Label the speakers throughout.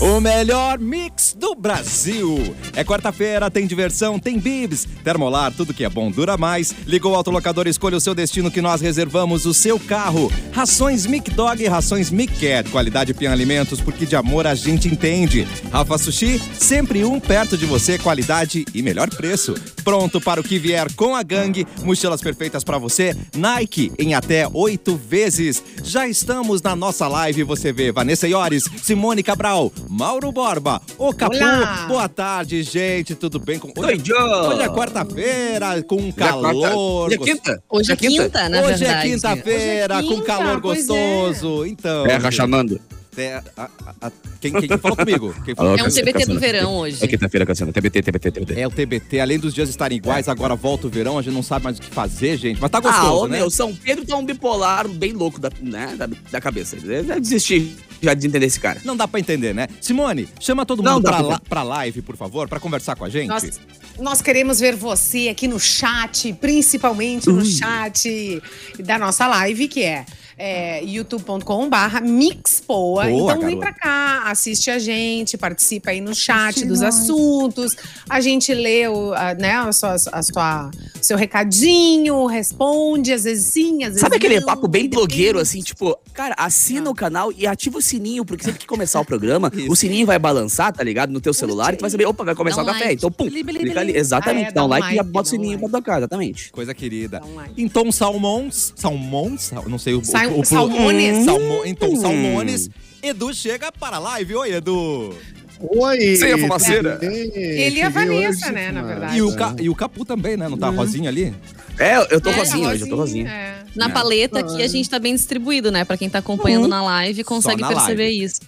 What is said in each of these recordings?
Speaker 1: no melhor mix do Brasil. É quarta-feira, tem diversão, tem bibs, termolar, tudo que é bom dura mais. Ligou o autolocador, escolha o seu destino que nós reservamos o seu carro. Rações Mic Dog e rações Mic Cat, qualidade Pian Alimentos, porque de amor a gente entende. Rafa Sushi, sempre um perto de você, qualidade e melhor preço. Pronto para o que vier com a gangue, mochilas perfeitas para você, Nike em até oito vezes. Já estamos na nossa live, você vê Vanessa Iores, Simone Cabral, Mauro Borba, O Capu.
Speaker 2: Olá!
Speaker 1: Boa tarde, gente, tudo bem? Com... Hoje,
Speaker 3: Oi, Joe!
Speaker 1: é- hoje é quarta-feira, com um calor.
Speaker 3: Hoje é
Speaker 1: gos-
Speaker 3: quinta.
Speaker 2: Hoje é quinta, na
Speaker 1: Hoje é
Speaker 2: verdade.
Speaker 1: quinta-feira,
Speaker 4: Hoje é
Speaker 1: com
Speaker 4: quinta,
Speaker 1: calor
Speaker 4: pois
Speaker 1: gostoso. Então.
Speaker 3: Terra chamando.
Speaker 1: Terra- a- a- a- quem, quem falou comigo? Quem falou?
Speaker 3: Alô,
Speaker 2: É um
Speaker 3: Cassiano,
Speaker 2: TBT do
Speaker 3: Cassiano.
Speaker 2: verão
Speaker 3: É
Speaker 2: hoje.
Speaker 3: quinta-feira, Cassiano. TBT, TBT, TBT.
Speaker 1: É o TBT, além dos dias estarem iguais, agora volta o verão, a gente não sabe mais o que fazer, gente. Mas tá
Speaker 3: É. ah,
Speaker 1: gostoso,
Speaker 3: ô,
Speaker 1: né?
Speaker 3: meu, São Pedro tá um bipolar bem louco da, né, da, da cabeça. Eu já desisti já de entender esse cara.
Speaker 1: Não dá pra entender, né? Simone, chama todo
Speaker 3: Não
Speaker 1: mundo
Speaker 3: dá
Speaker 1: pra,
Speaker 3: pra
Speaker 1: la- pra live, por favor, pra conversar com a gente.
Speaker 4: Nós, nós queremos ver você aqui no chat, principalmente
Speaker 3: Hum.
Speaker 4: no chat da nossa live, que é, é youtube.com/barra mixpoa.
Speaker 1: Boa,
Speaker 4: então vem
Speaker 1: garota.
Speaker 4: pra cá, assiste a gente, participa aí no chat dos assuntos. A gente lê o, a, né, a sua, a sua- seu recadinho, responde, às vezes sim, às vezes
Speaker 3: Sabe aquele
Speaker 4: não,
Speaker 3: papo bem
Speaker 4: depende.
Speaker 3: blogueiro, assim, tipo, cara, assina o canal e ativa o sininho, porque sempre que começar o programa,
Speaker 1: Isso.
Speaker 3: o sininho vai balançar, tá ligado? No teu celular e tu vai saber, opa, vai começar
Speaker 2: Dá
Speaker 3: o
Speaker 2: um
Speaker 3: café.
Speaker 2: like.
Speaker 3: Então, pum,
Speaker 2: Bili, bili,
Speaker 3: clica ali.
Speaker 2: bili.
Speaker 3: Exatamente,
Speaker 4: Ah, é,
Speaker 3: dá um
Speaker 4: dá um
Speaker 3: like e já
Speaker 4: like,
Speaker 3: bota o
Speaker 4: dá um
Speaker 3: sininho
Speaker 4: like.
Speaker 3: pra tocar, exatamente.
Speaker 1: Coisa querida.
Speaker 4: Então, é.
Speaker 1: Então, salmons. Salmons? Sal- Não sei o,
Speaker 4: Sal-
Speaker 1: o, o,
Speaker 4: salmones.
Speaker 1: Salmo- então,
Speaker 3: Hum.
Speaker 1: salmones. Edu chega para a live. Oi, Edu.
Speaker 5: Oi!
Speaker 3: Sem a fumaceira.
Speaker 5: tudo bem?
Speaker 4: Ele e a
Speaker 5: Cheguei
Speaker 4: Vanessa,
Speaker 5: hoje,
Speaker 4: né, na
Speaker 5: mas-
Speaker 4: verdade.
Speaker 1: E o, Ca- e o Capu também, né? Não
Speaker 3: Hum.
Speaker 1: tá rosinha ali?
Speaker 3: É, eu tô
Speaker 4: É,
Speaker 3: rosinha hoje, eu tô
Speaker 4: rosinha,
Speaker 3: rosinha.
Speaker 4: é.
Speaker 2: Na
Speaker 3: É.
Speaker 2: paleta aqui a gente tá bem distribuído, né? Pra quem tá acompanhando na live, consegue
Speaker 1: Uhum. na
Speaker 2: perceber isso.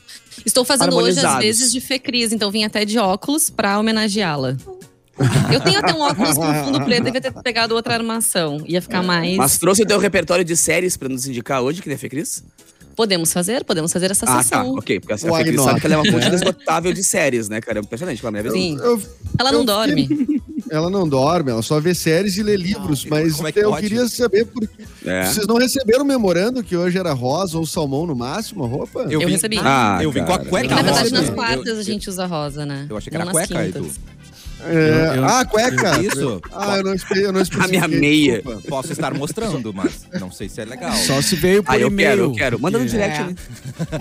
Speaker 2: Estou fazendo hoje às
Speaker 3: Harmonizados.
Speaker 2: vezes de Fecris, então vim até de óculos pra homenageá-la. Eu tenho até um óculos com fundo preto, devia ter pegado outra armação. Ia
Speaker 1: É.
Speaker 2: ficar mais.
Speaker 3: Mas trouxe o teu repertório de séries pra nos indicar hoje, que nem a Fê Cris?
Speaker 2: Podemos fazer, podemos fazer essa
Speaker 3: Ah, tá,
Speaker 2: sessão.
Speaker 3: ok. Porque a Fê
Speaker 5: Why
Speaker 3: Cris
Speaker 5: not?
Speaker 3: sabe que ela é uma fonte esgotável de séries, né, cara? É impressionante, aquela mulher.
Speaker 2: Sim.
Speaker 5: Eu-
Speaker 2: Ela não
Speaker 5: Eu-
Speaker 2: dorme.
Speaker 5: ela não dorme, ela só vê séries e lê livros, mas
Speaker 1: como é que
Speaker 5: eu
Speaker 1: pode?
Speaker 5: queria saber por que
Speaker 3: É.
Speaker 5: vocês não receberam o memorando que hoje era rosa ou salmão no máximo, a roupa?
Speaker 2: Eu recebi.
Speaker 3: Ah,
Speaker 1: eu vim com a
Speaker 3: cara.
Speaker 1: cueca
Speaker 2: Na
Speaker 5: Tá
Speaker 2: verdade,
Speaker 5: rosa,
Speaker 2: nas
Speaker 5: né?
Speaker 2: quartas a gente usa rosa, né?
Speaker 1: Eu achei que
Speaker 2: Não
Speaker 1: era
Speaker 2: nas
Speaker 1: cueca,
Speaker 2: quintas.
Speaker 1: Edu.
Speaker 5: É, ah, cueca!
Speaker 1: Isso.
Speaker 5: Ah, eu não esperei, eu não esperei.
Speaker 3: A minha meia.
Speaker 5: desculpa.
Speaker 1: Posso estar mostrando, mas não sei se é legal.
Speaker 6: Só se veio por
Speaker 3: Ah, eu
Speaker 6: e-mail.
Speaker 3: quero, eu quero. Manda no
Speaker 6: É.
Speaker 3: direct.
Speaker 4: É.
Speaker 3: né?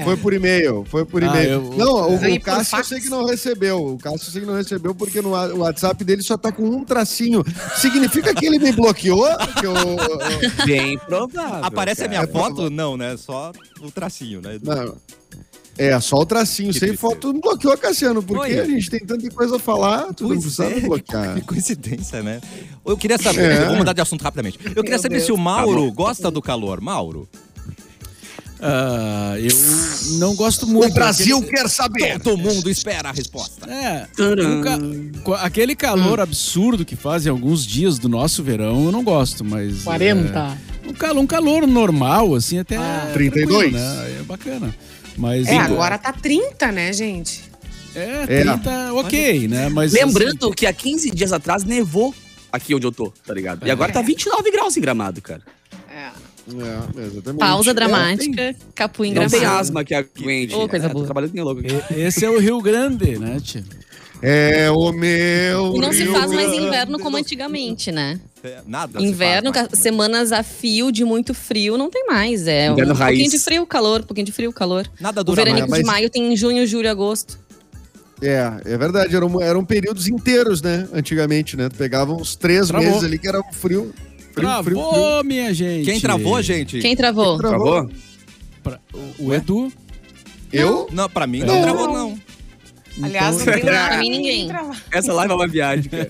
Speaker 5: Foi por e-mail, foi por
Speaker 6: Ah,
Speaker 5: e-mail.
Speaker 6: eu-
Speaker 5: Não, o,
Speaker 4: Veio
Speaker 5: o
Speaker 4: por
Speaker 5: Cássio eu
Speaker 4: fax.
Speaker 5: sei que não recebeu. O Cássio eu sei que não recebeu porque no wa- o WhatsApp dele só tá com um tracinho. Significa que ele me bloqueou? Que eu,
Speaker 3: Bem provável.
Speaker 1: Aparece a
Speaker 3: cara.
Speaker 1: minha foto? Não, né? Só o tracinho, né?
Speaker 5: Não. É, só o tracinho.
Speaker 1: Que
Speaker 5: Sem
Speaker 1: tristeza.
Speaker 5: foto não bloqueou, Cassiano. Por
Speaker 1: Oi.
Speaker 5: que a gente tem tanta coisa a falar? Tu não
Speaker 1: Pois
Speaker 5: precisava
Speaker 1: é,
Speaker 5: bloquear.
Speaker 1: Que coincidência, né? Eu queria saber,
Speaker 5: É.
Speaker 1: vou mudar de assunto rapidamente. Eu queria
Speaker 4: Meu
Speaker 1: saber
Speaker 4: Deus.
Speaker 1: se o Mauro
Speaker 3: Tá
Speaker 1: gosta do calor. Mauro,
Speaker 6: Ah, eu não gosto muito.
Speaker 5: quer saber.
Speaker 1: todo mundo espera a resposta.
Speaker 6: Aquele, é, o ca- co- aquele
Speaker 3: Hum.
Speaker 6: calor absurdo que fazem alguns dias do nosso verão, eu não gosto, mas...
Speaker 4: 40.
Speaker 6: é, um, calor, um calor normal, assim, até...
Speaker 4: Ah.
Speaker 6: tranquilo,
Speaker 5: 32.
Speaker 6: Né? É bacana. Mas...
Speaker 4: É, agora tá 30, né, gente?
Speaker 6: É,
Speaker 5: É.
Speaker 6: 30, ok, né? Mas...
Speaker 3: Lembrando que há 15 dias atrás nevou aqui onde eu tô, tá ligado? E
Speaker 2: É.
Speaker 3: agora tá 29 graus em gramado, cara.
Speaker 4: É.
Speaker 5: É, exatamente.
Speaker 2: Pausa
Speaker 5: É,
Speaker 2: dramática, capu
Speaker 3: Não tem
Speaker 2: engravado.
Speaker 3: asma que aguente.
Speaker 2: Ô, coisa
Speaker 3: É, tô
Speaker 2: boa.
Speaker 3: trabalhando que nem louco aqui.
Speaker 6: assim, Esse é o Rio Grande, né, tia?
Speaker 5: É, o meu.
Speaker 2: E não se
Speaker 5: Rio
Speaker 2: faz mais
Speaker 5: Grande
Speaker 2: inverno
Speaker 5: do
Speaker 2: como antigamente, né?
Speaker 1: É, Nada. se
Speaker 2: Inverno,
Speaker 1: faz
Speaker 2: ca-
Speaker 1: mais.
Speaker 2: semanas a fio de muito frio, não tem mais. É
Speaker 3: Inverno
Speaker 2: um
Speaker 3: raiz.
Speaker 2: pouquinho de frio, calor, um pouquinho de frio, calor.
Speaker 1: Nada
Speaker 2: O é
Speaker 1: dura mais.
Speaker 2: veranico
Speaker 5: mas-
Speaker 2: de maio tem em junho, julho, agosto.
Speaker 5: É, é verdade. Eram, eram períodos inteiros, né? Antigamente, né? Tu pegava uns três
Speaker 6: Travou.
Speaker 5: meses ali que era um frio. Frio, frio,
Speaker 6: travou,
Speaker 5: frio.
Speaker 6: minha gente!
Speaker 1: Quem travou, gente?
Speaker 2: Quem travou?
Speaker 3: Travou?
Speaker 6: Pra- o- o Edu...
Speaker 5: Eu?
Speaker 1: Não, pra mim não,
Speaker 6: Não.
Speaker 1: travou, não.
Speaker 4: Aliás, não
Speaker 6: Então-
Speaker 3: é
Speaker 4: tem nada.
Speaker 2: Pra mim, ninguém.
Speaker 3: Essa live é uma viagem, cara.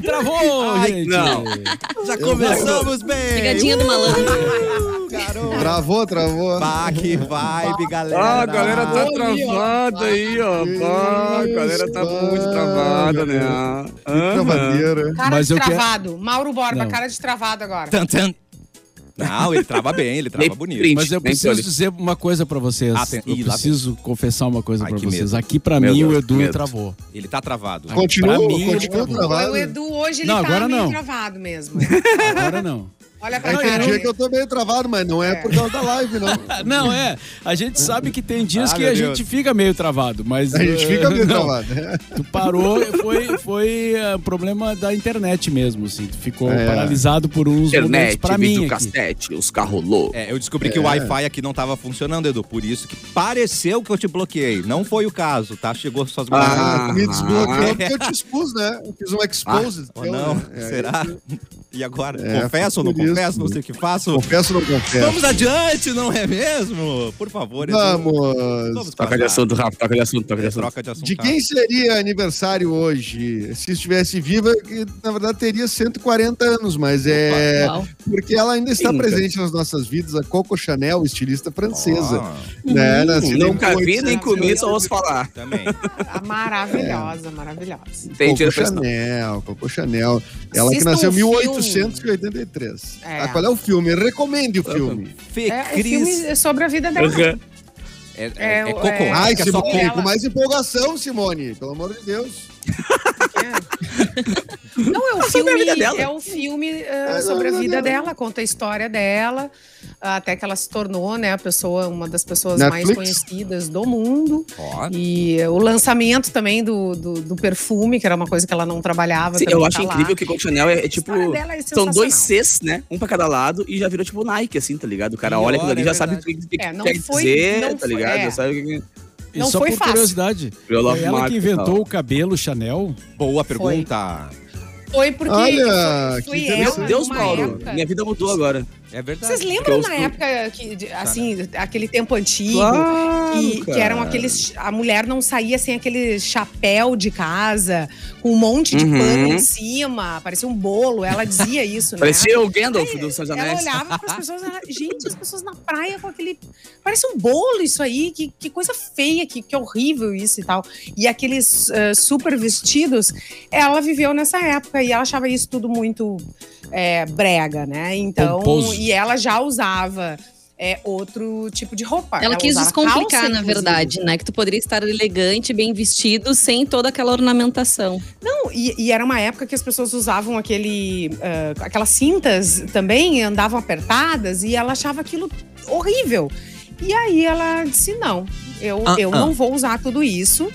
Speaker 6: travou,
Speaker 1: Ai,
Speaker 6: gente!
Speaker 3: não.
Speaker 1: Já começamos bem.
Speaker 2: Pegadinha do malandro.
Speaker 1: Uh, garoto.
Speaker 5: Travou, travou.
Speaker 1: Bah, que vibe, galera.
Speaker 3: Ah, a galera tá
Speaker 4: Ô,
Speaker 3: travada aí, ó. Pá, a galera tá
Speaker 5: Isso,
Speaker 3: muito
Speaker 5: ah,
Speaker 3: travada, né?
Speaker 5: meu
Speaker 3: Aham.
Speaker 6: Então,
Speaker 5: Travadeira.
Speaker 4: Cara
Speaker 6: Mas
Speaker 4: de
Speaker 6: eu quero-
Speaker 4: travado. Mauro Borba,
Speaker 6: Não.
Speaker 4: cara de travado agora.
Speaker 1: Tan, tan. Não, ele trava bem, ele trava
Speaker 3: Nem
Speaker 1: bonito.
Speaker 3: print,
Speaker 6: Mas eu
Speaker 3: nem
Speaker 6: preciso
Speaker 3: olho.
Speaker 6: dizer uma coisa pra vocês.
Speaker 1: Ah, tem-
Speaker 6: Eu
Speaker 1: Ih, lá
Speaker 6: preciso confessar uma coisa
Speaker 1: Ai,
Speaker 6: pra
Speaker 1: que
Speaker 6: vocês.
Speaker 1: medo.
Speaker 6: Aqui pra
Speaker 3: Meu
Speaker 6: mim
Speaker 3: Deus,
Speaker 6: o
Speaker 3: que
Speaker 6: Edu
Speaker 3: medo.
Speaker 6: travou.
Speaker 1: Ele tá travado.
Speaker 5: Continua,
Speaker 6: Pra mim,
Speaker 5: continua
Speaker 6: ele-
Speaker 5: travado.
Speaker 4: O Edu hoje ele
Speaker 6: Não,
Speaker 4: tá
Speaker 6: agora
Speaker 4: meio
Speaker 6: não.
Speaker 4: travado mesmo.
Speaker 6: Agora não.
Speaker 4: Olha pra
Speaker 5: É que tem
Speaker 4: cara.
Speaker 5: dia que eu tô meio travado, mas não é por causa da live, não.
Speaker 6: Ah, Não, é. A gente sabe que tem dias
Speaker 1: Ah,
Speaker 6: que
Speaker 1: meu
Speaker 6: a
Speaker 1: Deus.
Speaker 6: gente fica meio travado, mas.
Speaker 5: A gente
Speaker 6: eh,
Speaker 5: fica meio
Speaker 6: não,
Speaker 5: travado. né?
Speaker 6: Tu parou, foi, foi eh, problema da internet mesmo, assim. Tu ficou
Speaker 5: É.
Speaker 6: paralisado por uns momentos
Speaker 3: Internet,
Speaker 6: pra mim. aqui.
Speaker 3: videocassete, os carros loucos.
Speaker 1: É, eu descobri que o Wi-Fi aqui não tava funcionando, Edu. Por isso que pareceu que eu te bloqueei. Não foi o caso, tá? Chegou suas
Speaker 3: Ah,
Speaker 5: Me desbloqueou
Speaker 1: ah.
Speaker 5: porque eu te expus, né? Eu fiz um expose.
Speaker 1: Ou
Speaker 5: teu,
Speaker 1: Ah, não?
Speaker 5: né? É,
Speaker 1: Será? E agora?
Speaker 5: É,
Speaker 1: confesso ou não
Speaker 5: por isso.
Speaker 1: confesso? Não sei o que faço.
Speaker 5: Confesso ou não confesso?
Speaker 1: Vamos adiante, não é mesmo? Por favor, Edu.
Speaker 5: Vamos.
Speaker 1: Vamos
Speaker 3: Toca de
Speaker 1: passar.
Speaker 3: assunto rápido, toca de assunto,
Speaker 6: É,
Speaker 3: toca de assunto.
Speaker 1: Troca de assunto.
Speaker 5: De quem é seria aniversário hoje? Se estivesse viva, que na verdade teria 140 anos, mas é
Speaker 2: Uau.
Speaker 5: porque ela ainda está
Speaker 3: Trinta.
Speaker 5: presente nas nossas vidas, a Coco Chanel, estilista francesa.
Speaker 1: Ah,
Speaker 5: né? Nascida em
Speaker 3: Nunca vi, nem
Speaker 5: 1800.
Speaker 3: comi, só ouço falar.
Speaker 1: também.
Speaker 4: Ah, Maravilhosa, maravilhosa.
Speaker 3: Tem
Speaker 5: Coco
Speaker 3: dinheiro pra isso, não.
Speaker 5: Chanel, Coco Chanel. Ela que
Speaker 4: Assista
Speaker 5: nasceu em
Speaker 4: um
Speaker 5: 1883.
Speaker 4: É.
Speaker 5: Ah, qual é o filme? Recomende o filme.
Speaker 1: Fê
Speaker 4: É, o
Speaker 1: Cris.
Speaker 4: filme é sobre a vida dela.
Speaker 3: Uhum.
Speaker 1: É,
Speaker 4: é- é
Speaker 1: Coco.
Speaker 4: é-
Speaker 5: Ai,
Speaker 1: que é só
Speaker 5: Simone,
Speaker 1: Coco.
Speaker 4: ela.
Speaker 5: com mais empolgação, Simone, pelo amor de Deus.
Speaker 4: Não, é um
Speaker 3: sobre a
Speaker 4: filme,
Speaker 3: vida dela.
Speaker 4: é um filme eh,
Speaker 5: sobre
Speaker 4: sobre
Speaker 5: a
Speaker 4: a
Speaker 5: vida
Speaker 4: vida
Speaker 5: dela.
Speaker 4: dela, conta a história dela, ah, até que ela se tornou, né, a pessoa, uma das pessoas mais
Speaker 5: Netflix.
Speaker 4: conhecidas do mundo.
Speaker 1: Ó,
Speaker 4: E eh, o lançamento também do, do, do perfume, que era uma coisa que ela não trabalhava.
Speaker 3: Sim,
Speaker 4: também
Speaker 3: eu
Speaker 4: tá
Speaker 3: acho
Speaker 4: lá.
Speaker 3: incrível que o Coco Chanel é, é tipo.
Speaker 4: A história dela é
Speaker 3: São dois
Speaker 4: sensacional.
Speaker 3: Cs, né? Um pra cada lado e já virou tipo Nike, assim, tá ligado? O cara
Speaker 1: Pior,
Speaker 3: olha aquilo ali
Speaker 1: é
Speaker 3: e já sabe o
Speaker 1: verdade.
Speaker 3: que, que, que
Speaker 4: É, não
Speaker 3: quer
Speaker 4: foi-
Speaker 3: dizer,
Speaker 4: não
Speaker 3: tá
Speaker 4: foi-
Speaker 3: ligado?
Speaker 4: é.
Speaker 3: Já sabe o que.
Speaker 6: E
Speaker 4: Não
Speaker 6: só
Speaker 4: foi
Speaker 6: por
Speaker 4: fácil.
Speaker 6: curiosidade,
Speaker 3: Eu
Speaker 6: foi
Speaker 3: love
Speaker 6: ela
Speaker 3: Mark
Speaker 6: que
Speaker 3: e
Speaker 6: inventou
Speaker 3: tal.
Speaker 6: o então. cabelo Chanel?
Speaker 1: boa pergunta.
Speaker 4: Foi porque tipo,
Speaker 5: Olha,
Speaker 4: foi,
Speaker 5: que
Speaker 4: foi ela
Speaker 3: Meu Deus,
Speaker 4: numa
Speaker 3: Mauro.
Speaker 4: é época-
Speaker 3: Minha vida mudou agora.
Speaker 1: É verdade.
Speaker 4: Vocês lembram
Speaker 3: Porque
Speaker 4: na
Speaker 3: os-
Speaker 4: época que, de- assim, aquele tempo antigo?
Speaker 3: Claro,
Speaker 4: que, que eram
Speaker 3: cara.
Speaker 4: aqueles. A mulher não saía sem aquele chapéu de casa, com um monte de
Speaker 3: Uhum.
Speaker 4: pano em cima, parecia um bolo. Ela dizia isso, né?
Speaker 3: Parecia o Gandalf do São
Speaker 4: Ela
Speaker 3: Janés.
Speaker 4: olhava para as pessoas, ela, gente, as pessoas na praia com aquele. Parece um bolo isso aí, que, que coisa feia, que, que horrível isso e tal. E aqueles eh, super vestidos, ela viveu nessa época e ela achava isso tudo muito eh, brega, né? Então,
Speaker 6: Pomposo.
Speaker 4: e ela já usava eh, outro tipo de roupa.
Speaker 2: Ela quis
Speaker 4: usava
Speaker 2: descomplicar,
Speaker 4: calça,
Speaker 2: na
Speaker 4: inclusive.
Speaker 2: verdade, né? Que tu poderia estar elegante, bem vestido, sem toda aquela ornamentação.
Speaker 4: Não, e, e era uma época que as pessoas usavam aquele, ah, aquelas cintas também, andavam apertadas, e ela achava aquilo horrível. E aí ela disse: não, eu,
Speaker 1: Ah,
Speaker 4: eu
Speaker 1: ah.
Speaker 4: não vou usar tudo isso.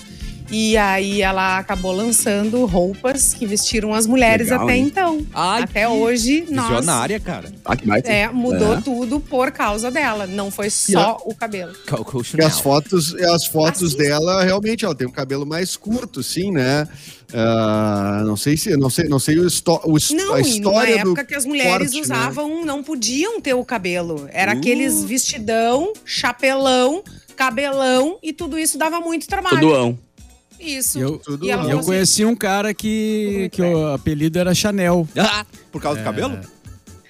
Speaker 4: E aí ela acabou lançando roupas que vestiram as mulheres
Speaker 3: Legal,
Speaker 4: até
Speaker 3: hein?
Speaker 4: então.
Speaker 1: Ai,
Speaker 4: até hoje, nós.
Speaker 1: Visionária, cara.
Speaker 3: Ah, que baita.
Speaker 4: é, mudou
Speaker 3: É.
Speaker 4: tudo por causa dela. Não foi só o cabelo.
Speaker 1: Coco
Speaker 5: E
Speaker 1: Chanel.
Speaker 5: as fotos, e as fotos
Speaker 4: Assista.
Speaker 5: dela, realmente, ela tem um cabelo mais curto, sim, né? Ah, não sei se, não sei, não sei o, histó- o his-
Speaker 4: Não,
Speaker 5: a
Speaker 4: e numa
Speaker 5: história do.
Speaker 4: época que as mulheres
Speaker 5: corte, né?
Speaker 4: usavam, não podiam ter o cabelo. Era
Speaker 1: Uh.
Speaker 4: aqueles vestidão, chapelão, cabelão e tudo isso dava muito trabalho.
Speaker 3: Tudoão.
Speaker 4: Isso.
Speaker 6: E eu,
Speaker 5: Tudo
Speaker 4: E ela
Speaker 6: e
Speaker 5: não.
Speaker 6: eu
Speaker 4: falou
Speaker 6: conheci um cara
Speaker 4: Como é
Speaker 6: que,
Speaker 4: que
Speaker 6: que o apelido era Chanel.
Speaker 1: Ah, por
Speaker 5: É.
Speaker 1: causa do cabelo?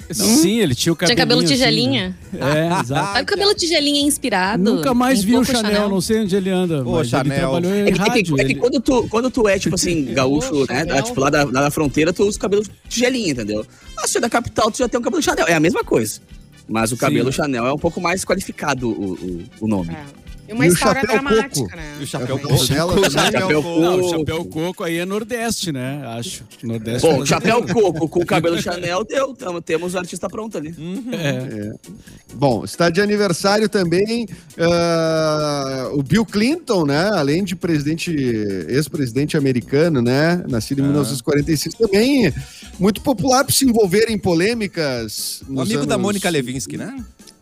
Speaker 6: Sim, ele tinha o
Speaker 2: Tinha
Speaker 6: assim, cabelo.
Speaker 2: cabelo tigelinha.
Speaker 6: É, exato.
Speaker 2: Sabe o cabelo tigelinha é inspirado? Um
Speaker 6: Nunca mais
Speaker 2: Em
Speaker 6: vi o
Speaker 2: Coco
Speaker 6: Chanel, não sei onde ele anda.
Speaker 1: Ô,
Speaker 6: mas
Speaker 1: Chanel.
Speaker 6: Ele trabalhou em
Speaker 3: É que, é que-
Speaker 6: rádio.
Speaker 3: é que
Speaker 6: ele-
Speaker 3: quando, tu, quando tu é, tipo assim, gaúcho, né?
Speaker 4: Chanel.
Speaker 3: tá, tipo, lá da, lá da fronteira, tu usa o cabelo tigelinha, entendeu? Ah, se é da capital, tu já tem um cabelo Chanel. É a mesma coisa. Mas o cabelo Chanel é um pouco mais qualificado o, o, o nome.
Speaker 4: É. E uma
Speaker 5: E o
Speaker 4: história
Speaker 5: chapéu
Speaker 4: dramática,
Speaker 5: coco?
Speaker 4: né?
Speaker 1: E o chapéu
Speaker 5: É o
Speaker 1: coco.
Speaker 5: dela
Speaker 1: O
Speaker 5: também.
Speaker 1: chapéu
Speaker 3: Chapéu
Speaker 6: Não,
Speaker 1: coco.
Speaker 6: o chapéu coco aí é Nordeste, né? Acho. Nordeste.
Speaker 3: Bom, chapéu coco com o cabelo Chanel deu. Tamo, temos o artista pronto ali.
Speaker 5: Hum.
Speaker 6: É.
Speaker 5: Bom, está de aniversário também ah, o Bill Clinton, né? Além de presidente, ex-presidente americano, né? Nascido em
Speaker 1: Ah.
Speaker 5: 1946 também, muito popular por se envolver em polêmicas.
Speaker 1: O
Speaker 5: nos
Speaker 1: amigo da
Speaker 5: anos-
Speaker 1: Mônica Levinsky, né?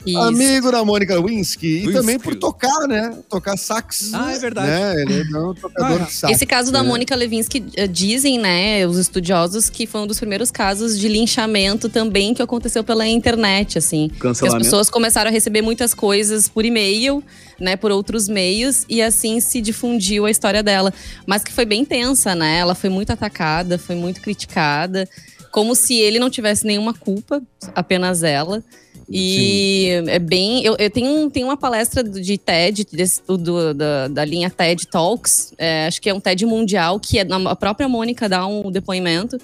Speaker 2: Isso.
Speaker 5: Amigo da Mônica Lewinsky. E
Speaker 1: Lewinsky.
Speaker 5: também por tocar, né? Tocar sax.
Speaker 1: Ah, é verdade. Ah,
Speaker 5: Né? Ele é um tocador de sax.
Speaker 2: Esse caso da
Speaker 5: É.
Speaker 2: Mônica Levinsky, eh, dizem, né, os estudiosos, que foi um dos primeiros casos de linchamento também que aconteceu pela internet, assim. Que as
Speaker 3: Cancelamento.
Speaker 2: pessoas começaram a receber muitas coisas por e-mail, né, por outros meios, e assim se difundiu a história dela. Mas que foi bem tensa, né? Ela foi muito atacada, foi muito criticada, como se ele não tivesse nenhuma culpa, apenas ela. E é bem. Eu, eu tenho, um- tenho uma palestra do- de TED, desse- do- do- da, da linha TED Talks, é, acho que é um TED mundial, que é, a própria Mônica dá um depoimento,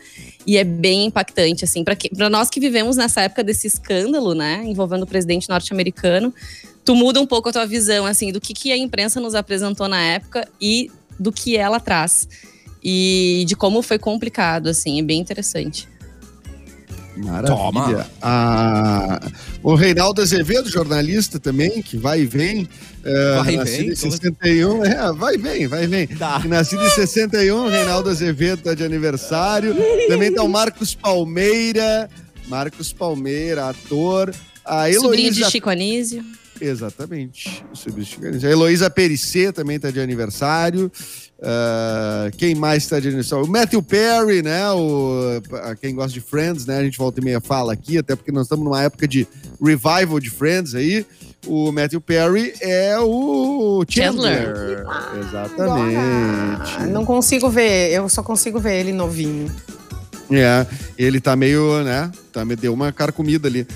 Speaker 2: e é bem impactante, assim. Para nós que vivemos nessa época desse escândalo, né, envolvendo o presidente norte-americano, tu muda um pouco a tua visão, assim, do que, que a imprensa nos apresentou na época e do que ela traz. E de como foi complicado, assim, é bem interessante.
Speaker 5: Maravilha.
Speaker 1: Toma.
Speaker 5: Ah, o Reinaldo Azevedo, jornalista também, que vai e vem. eh,
Speaker 1: Vai e
Speaker 5: nascido
Speaker 1: vem, assim?
Speaker 5: em 61, é, vai e vem, vai e vem.
Speaker 1: Tá.
Speaker 5: Que Nascido em 61, Reinaldo Azevedo tá de aniversário. Também tá o Marcos Palmeira, Marcos Palmeira, ator. A
Speaker 2: Sobrinha de
Speaker 5: Heloísa
Speaker 2: Chico Anísio.
Speaker 5: Exatamente. Substituinte. A Heloísa Perissé também está de aniversário. Ah, quem mais está de aniversário? O Matthew Perry, né? O, pra quem gosta de Friends, né? A gente volta e meia fala aqui, até porque nós estamos numa época de revival de Friends aí. O Matthew Perry é o Chandler.
Speaker 4: Ah,
Speaker 5: Exatamente.
Speaker 4: Não consigo ver, eu só consigo ver ele novinho.
Speaker 5: É, ele tá meio, né? Tá, me deu uma carcomida ali.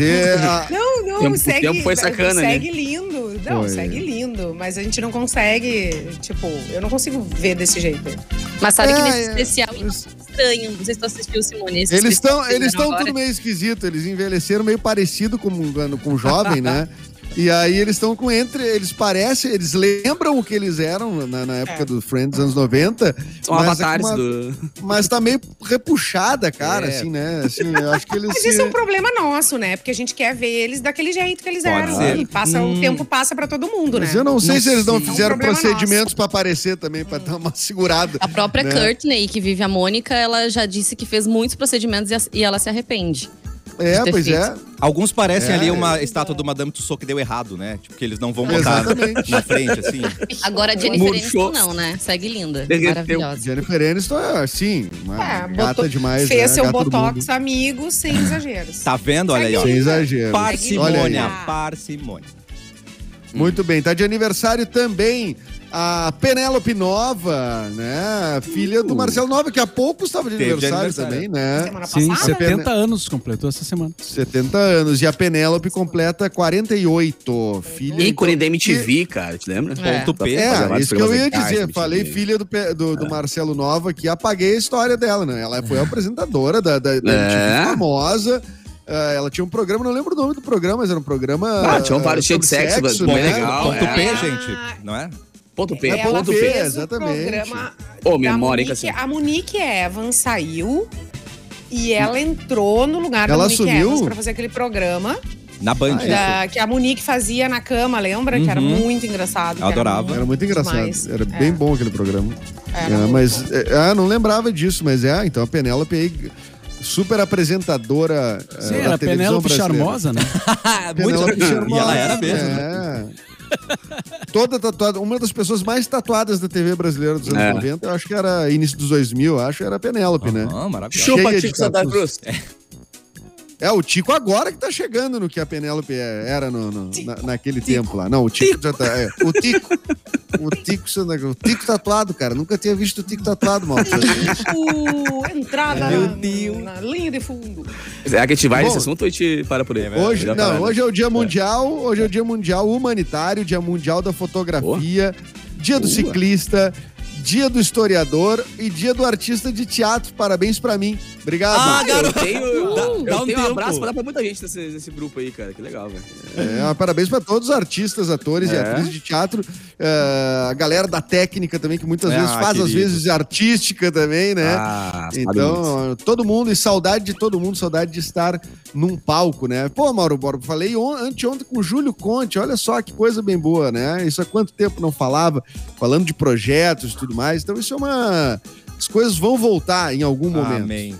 Speaker 5: é. a-
Speaker 4: Não, não,
Speaker 3: Tempo- o
Speaker 4: segue.
Speaker 3: tempo foi sacana, né?
Speaker 4: segue lindo. Não,
Speaker 5: Foi.
Speaker 4: segue lindo. Mas a gente não consegue. Tipo, eu não consigo ver desse jeito.
Speaker 2: Mas sabe que
Speaker 5: É,
Speaker 2: nesse
Speaker 5: é.
Speaker 2: especial estranho, não sei se tu assistiu, Simone. esse
Speaker 5: Eles
Speaker 2: especial
Speaker 5: estão
Speaker 2: que
Speaker 5: eles estão
Speaker 2: fizeram
Speaker 5: tudo meio esquisito, eles envelheceram meio parecido com um- com um jovem, né? E aí eles estão com entre eles parecem, eles lembram o que eles eram na, na época
Speaker 4: É.
Speaker 5: do Friends anos 90,
Speaker 3: São
Speaker 5: Mas é
Speaker 3: avatares
Speaker 5: uma-
Speaker 3: do.
Speaker 5: mas tá meio repuxada, cara,
Speaker 1: É.
Speaker 5: assim, né? Assim, eu acho que eles
Speaker 4: Mas
Speaker 5: se-
Speaker 4: isso é um problema nosso, né? Porque a gente quer ver eles daquele jeito que eles
Speaker 1: Pode
Speaker 4: eram. né?
Speaker 1: ser.
Speaker 4: E passa,
Speaker 6: Hum.
Speaker 4: o tempo passa pra todo mundo, né?
Speaker 5: Mas eu não sei
Speaker 6: Não
Speaker 5: se eles não
Speaker 6: sei.
Speaker 5: fizeram
Speaker 4: É um problema
Speaker 5: procedimentos pra aparecer também, pra dar uma segurada.
Speaker 2: A própria
Speaker 5: né?
Speaker 2: Courtney, que vive a Mônica, ela já disse que fez muitos procedimentos e as- e ela se arrepende.
Speaker 5: É, pois é.
Speaker 1: Alguns parecem
Speaker 5: É,
Speaker 1: ali uma estátua do Madame Tussauds que deu errado, né? Tipo, que eles não vão botar
Speaker 5: Exatamente.
Speaker 1: na frente, assim.
Speaker 2: Agora a Jennifer
Speaker 3: Murchou.
Speaker 2: Aniston não, né? Segue linda,
Speaker 3: Derreteu.
Speaker 2: maravilhosa.
Speaker 5: Jennifer Aniston é, sim, uma
Speaker 4: É,
Speaker 5: gata
Speaker 4: botou-
Speaker 5: demais,
Speaker 4: Fez
Speaker 5: né?
Speaker 4: seu
Speaker 5: Gata do
Speaker 4: botox
Speaker 5: mundo.
Speaker 4: amigo, sem exageros.
Speaker 1: Tá vendo? Olha aí, ó.
Speaker 5: Sem exagero.
Speaker 1: Parcimônia,
Speaker 4: Olha aí.
Speaker 1: parcimônia.
Speaker 5: Muito bem, tá de aniversário também a Penélope Nova, né? Filha
Speaker 3: Uh.
Speaker 5: do Marcelo Nova, que há pouco estava de
Speaker 1: Teve de
Speaker 5: aniversário,
Speaker 1: aniversário.
Speaker 5: também, né?
Speaker 4: Semana
Speaker 6: Sim,
Speaker 4: passada?
Speaker 6: 70 anos completou essa semana.
Speaker 5: 70 anos. E a Penélope completa 48. Filha.
Speaker 3: Ícone da MTV, cara, te lembra?
Speaker 2: É.
Speaker 1: Ponto P.
Speaker 5: É,
Speaker 3: Fazer
Speaker 5: isso que eu ia
Speaker 3: vários programas
Speaker 5: dizer.
Speaker 3: legais, Ah.
Speaker 5: Falei
Speaker 3: MTV.
Speaker 5: filha do, Pe- do, do Marcelo Nova que apaguei a história dela, né? Ela foi a apresentadora da, da, da
Speaker 3: É.
Speaker 5: MTV famosa. Ah, ela tinha um programa, não lembro o nome do programa, mas era um programa.
Speaker 3: Ah, tinha um vários
Speaker 5: ah,
Speaker 3: cheio de
Speaker 5: sobre
Speaker 3: sexo, bem
Speaker 5: né?
Speaker 3: legal,
Speaker 1: Ponto
Speaker 3: é.
Speaker 1: P, gente. Não é?
Speaker 3: Ponto P,
Speaker 5: Ela
Speaker 3: ponto
Speaker 5: fez.
Speaker 3: P.
Speaker 5: exatamente.
Speaker 4: O programa
Speaker 3: Ô,
Speaker 4: da
Speaker 3: memória, hein, assim,
Speaker 4: Monique-
Speaker 3: cacete.
Speaker 4: A Monique Evans saiu e ela entrou no lugar da
Speaker 5: Ela
Speaker 4: Monique
Speaker 5: assumiu?
Speaker 4: Evans pra fazer aquele programa
Speaker 1: Na Band. né?
Speaker 5: Ah, é.
Speaker 1: isso.
Speaker 4: da- que a Monique fazia na cama, lembra? Que era
Speaker 1: Uhum.
Speaker 4: muito engraçado. que
Speaker 1: Eu adorava.
Speaker 5: Era muito engraçado.
Speaker 4: demais.
Speaker 5: Era
Speaker 4: É.
Speaker 5: bem bom aquele programa.
Speaker 4: Era
Speaker 5: É,
Speaker 4: muito
Speaker 5: mas é, ah, não lembrava disso, mas é, então a Penélope aí, super apresentadora é,
Speaker 6: Sim,
Speaker 5: da
Speaker 6: era a
Speaker 5: televisão
Speaker 6: Penélope
Speaker 5: brasileira.
Speaker 6: Charmosa, né?
Speaker 1: Ah,
Speaker 5: Penélope Charmosa.
Speaker 1: E ela era mesmo. né?
Speaker 5: É. Toda tatuada, uma das pessoas mais tatuadas da TV brasileira dos anos
Speaker 3: É.
Speaker 5: 90, eu acho que era início dos 2000, eu acho, era a Penélope, né?
Speaker 1: Ah, maravilhoso.
Speaker 3: Chupa,
Speaker 5: Cheia de
Speaker 3: Tico Santa
Speaker 5: tatus.
Speaker 3: Cruz.
Speaker 5: É, o Tico agora que tá chegando no que a Penélope é- era no, no- na- naquele tempo lá. Não, o Tico, já tá. é, o Tico. O Tico, Santa Cruz. o Tico tatuado, cara. Nunca tinha visto o Tico tatuado, mal.
Speaker 4: Uh, entrada
Speaker 1: Meu
Speaker 4: na-
Speaker 1: Deus.
Speaker 4: na linha de fundo.
Speaker 3: Será que a gente vai
Speaker 5: Bom,
Speaker 3: nesse assunto ou a gente para por aí?
Speaker 1: é
Speaker 5: Hoje,
Speaker 3: Já tá né?
Speaker 5: não,
Speaker 3: parado.
Speaker 5: hoje é o Dia Mundial, hoje é o Dia Mundial Humanitário, Dia Mundial da Fotografia, Dia do
Speaker 3: Boa.
Speaker 5: Ciclista, Dia do Historiador e Dia do Artista de Teatro. Parabéns pra mim. Obrigado.
Speaker 1: Ah,
Speaker 3: Eu
Speaker 1: garoto.
Speaker 3: tenho,
Speaker 1: Dá-
Speaker 3: eu
Speaker 1: dá um
Speaker 3: tenho um
Speaker 1: tempo.
Speaker 3: abraço pra dar pra muita gente nesse, nesse grupo aí, cara. Que legal, velho.
Speaker 5: É, parabéns pra todos os artistas, atores e
Speaker 3: É.
Speaker 5: atrizes de teatro. É, a galera da técnica também, que muitas
Speaker 1: Ah,
Speaker 5: vezes faz, às
Speaker 1: querido.
Speaker 5: vezes, artística também, né?
Speaker 3: Ah, sabe muito.
Speaker 5: Então, todo mundo, e saudade de todo mundo, saudade de estar num palco, né? Pô, Mauro Borba, falei on- anteontem com o Júlio Conte, olha só que coisa bem boa, né? Isso há quanto tempo não falava, falando de projetos e tudo mais. Então, isso é uma. As coisas vão voltar em algum momento.
Speaker 1: Amém.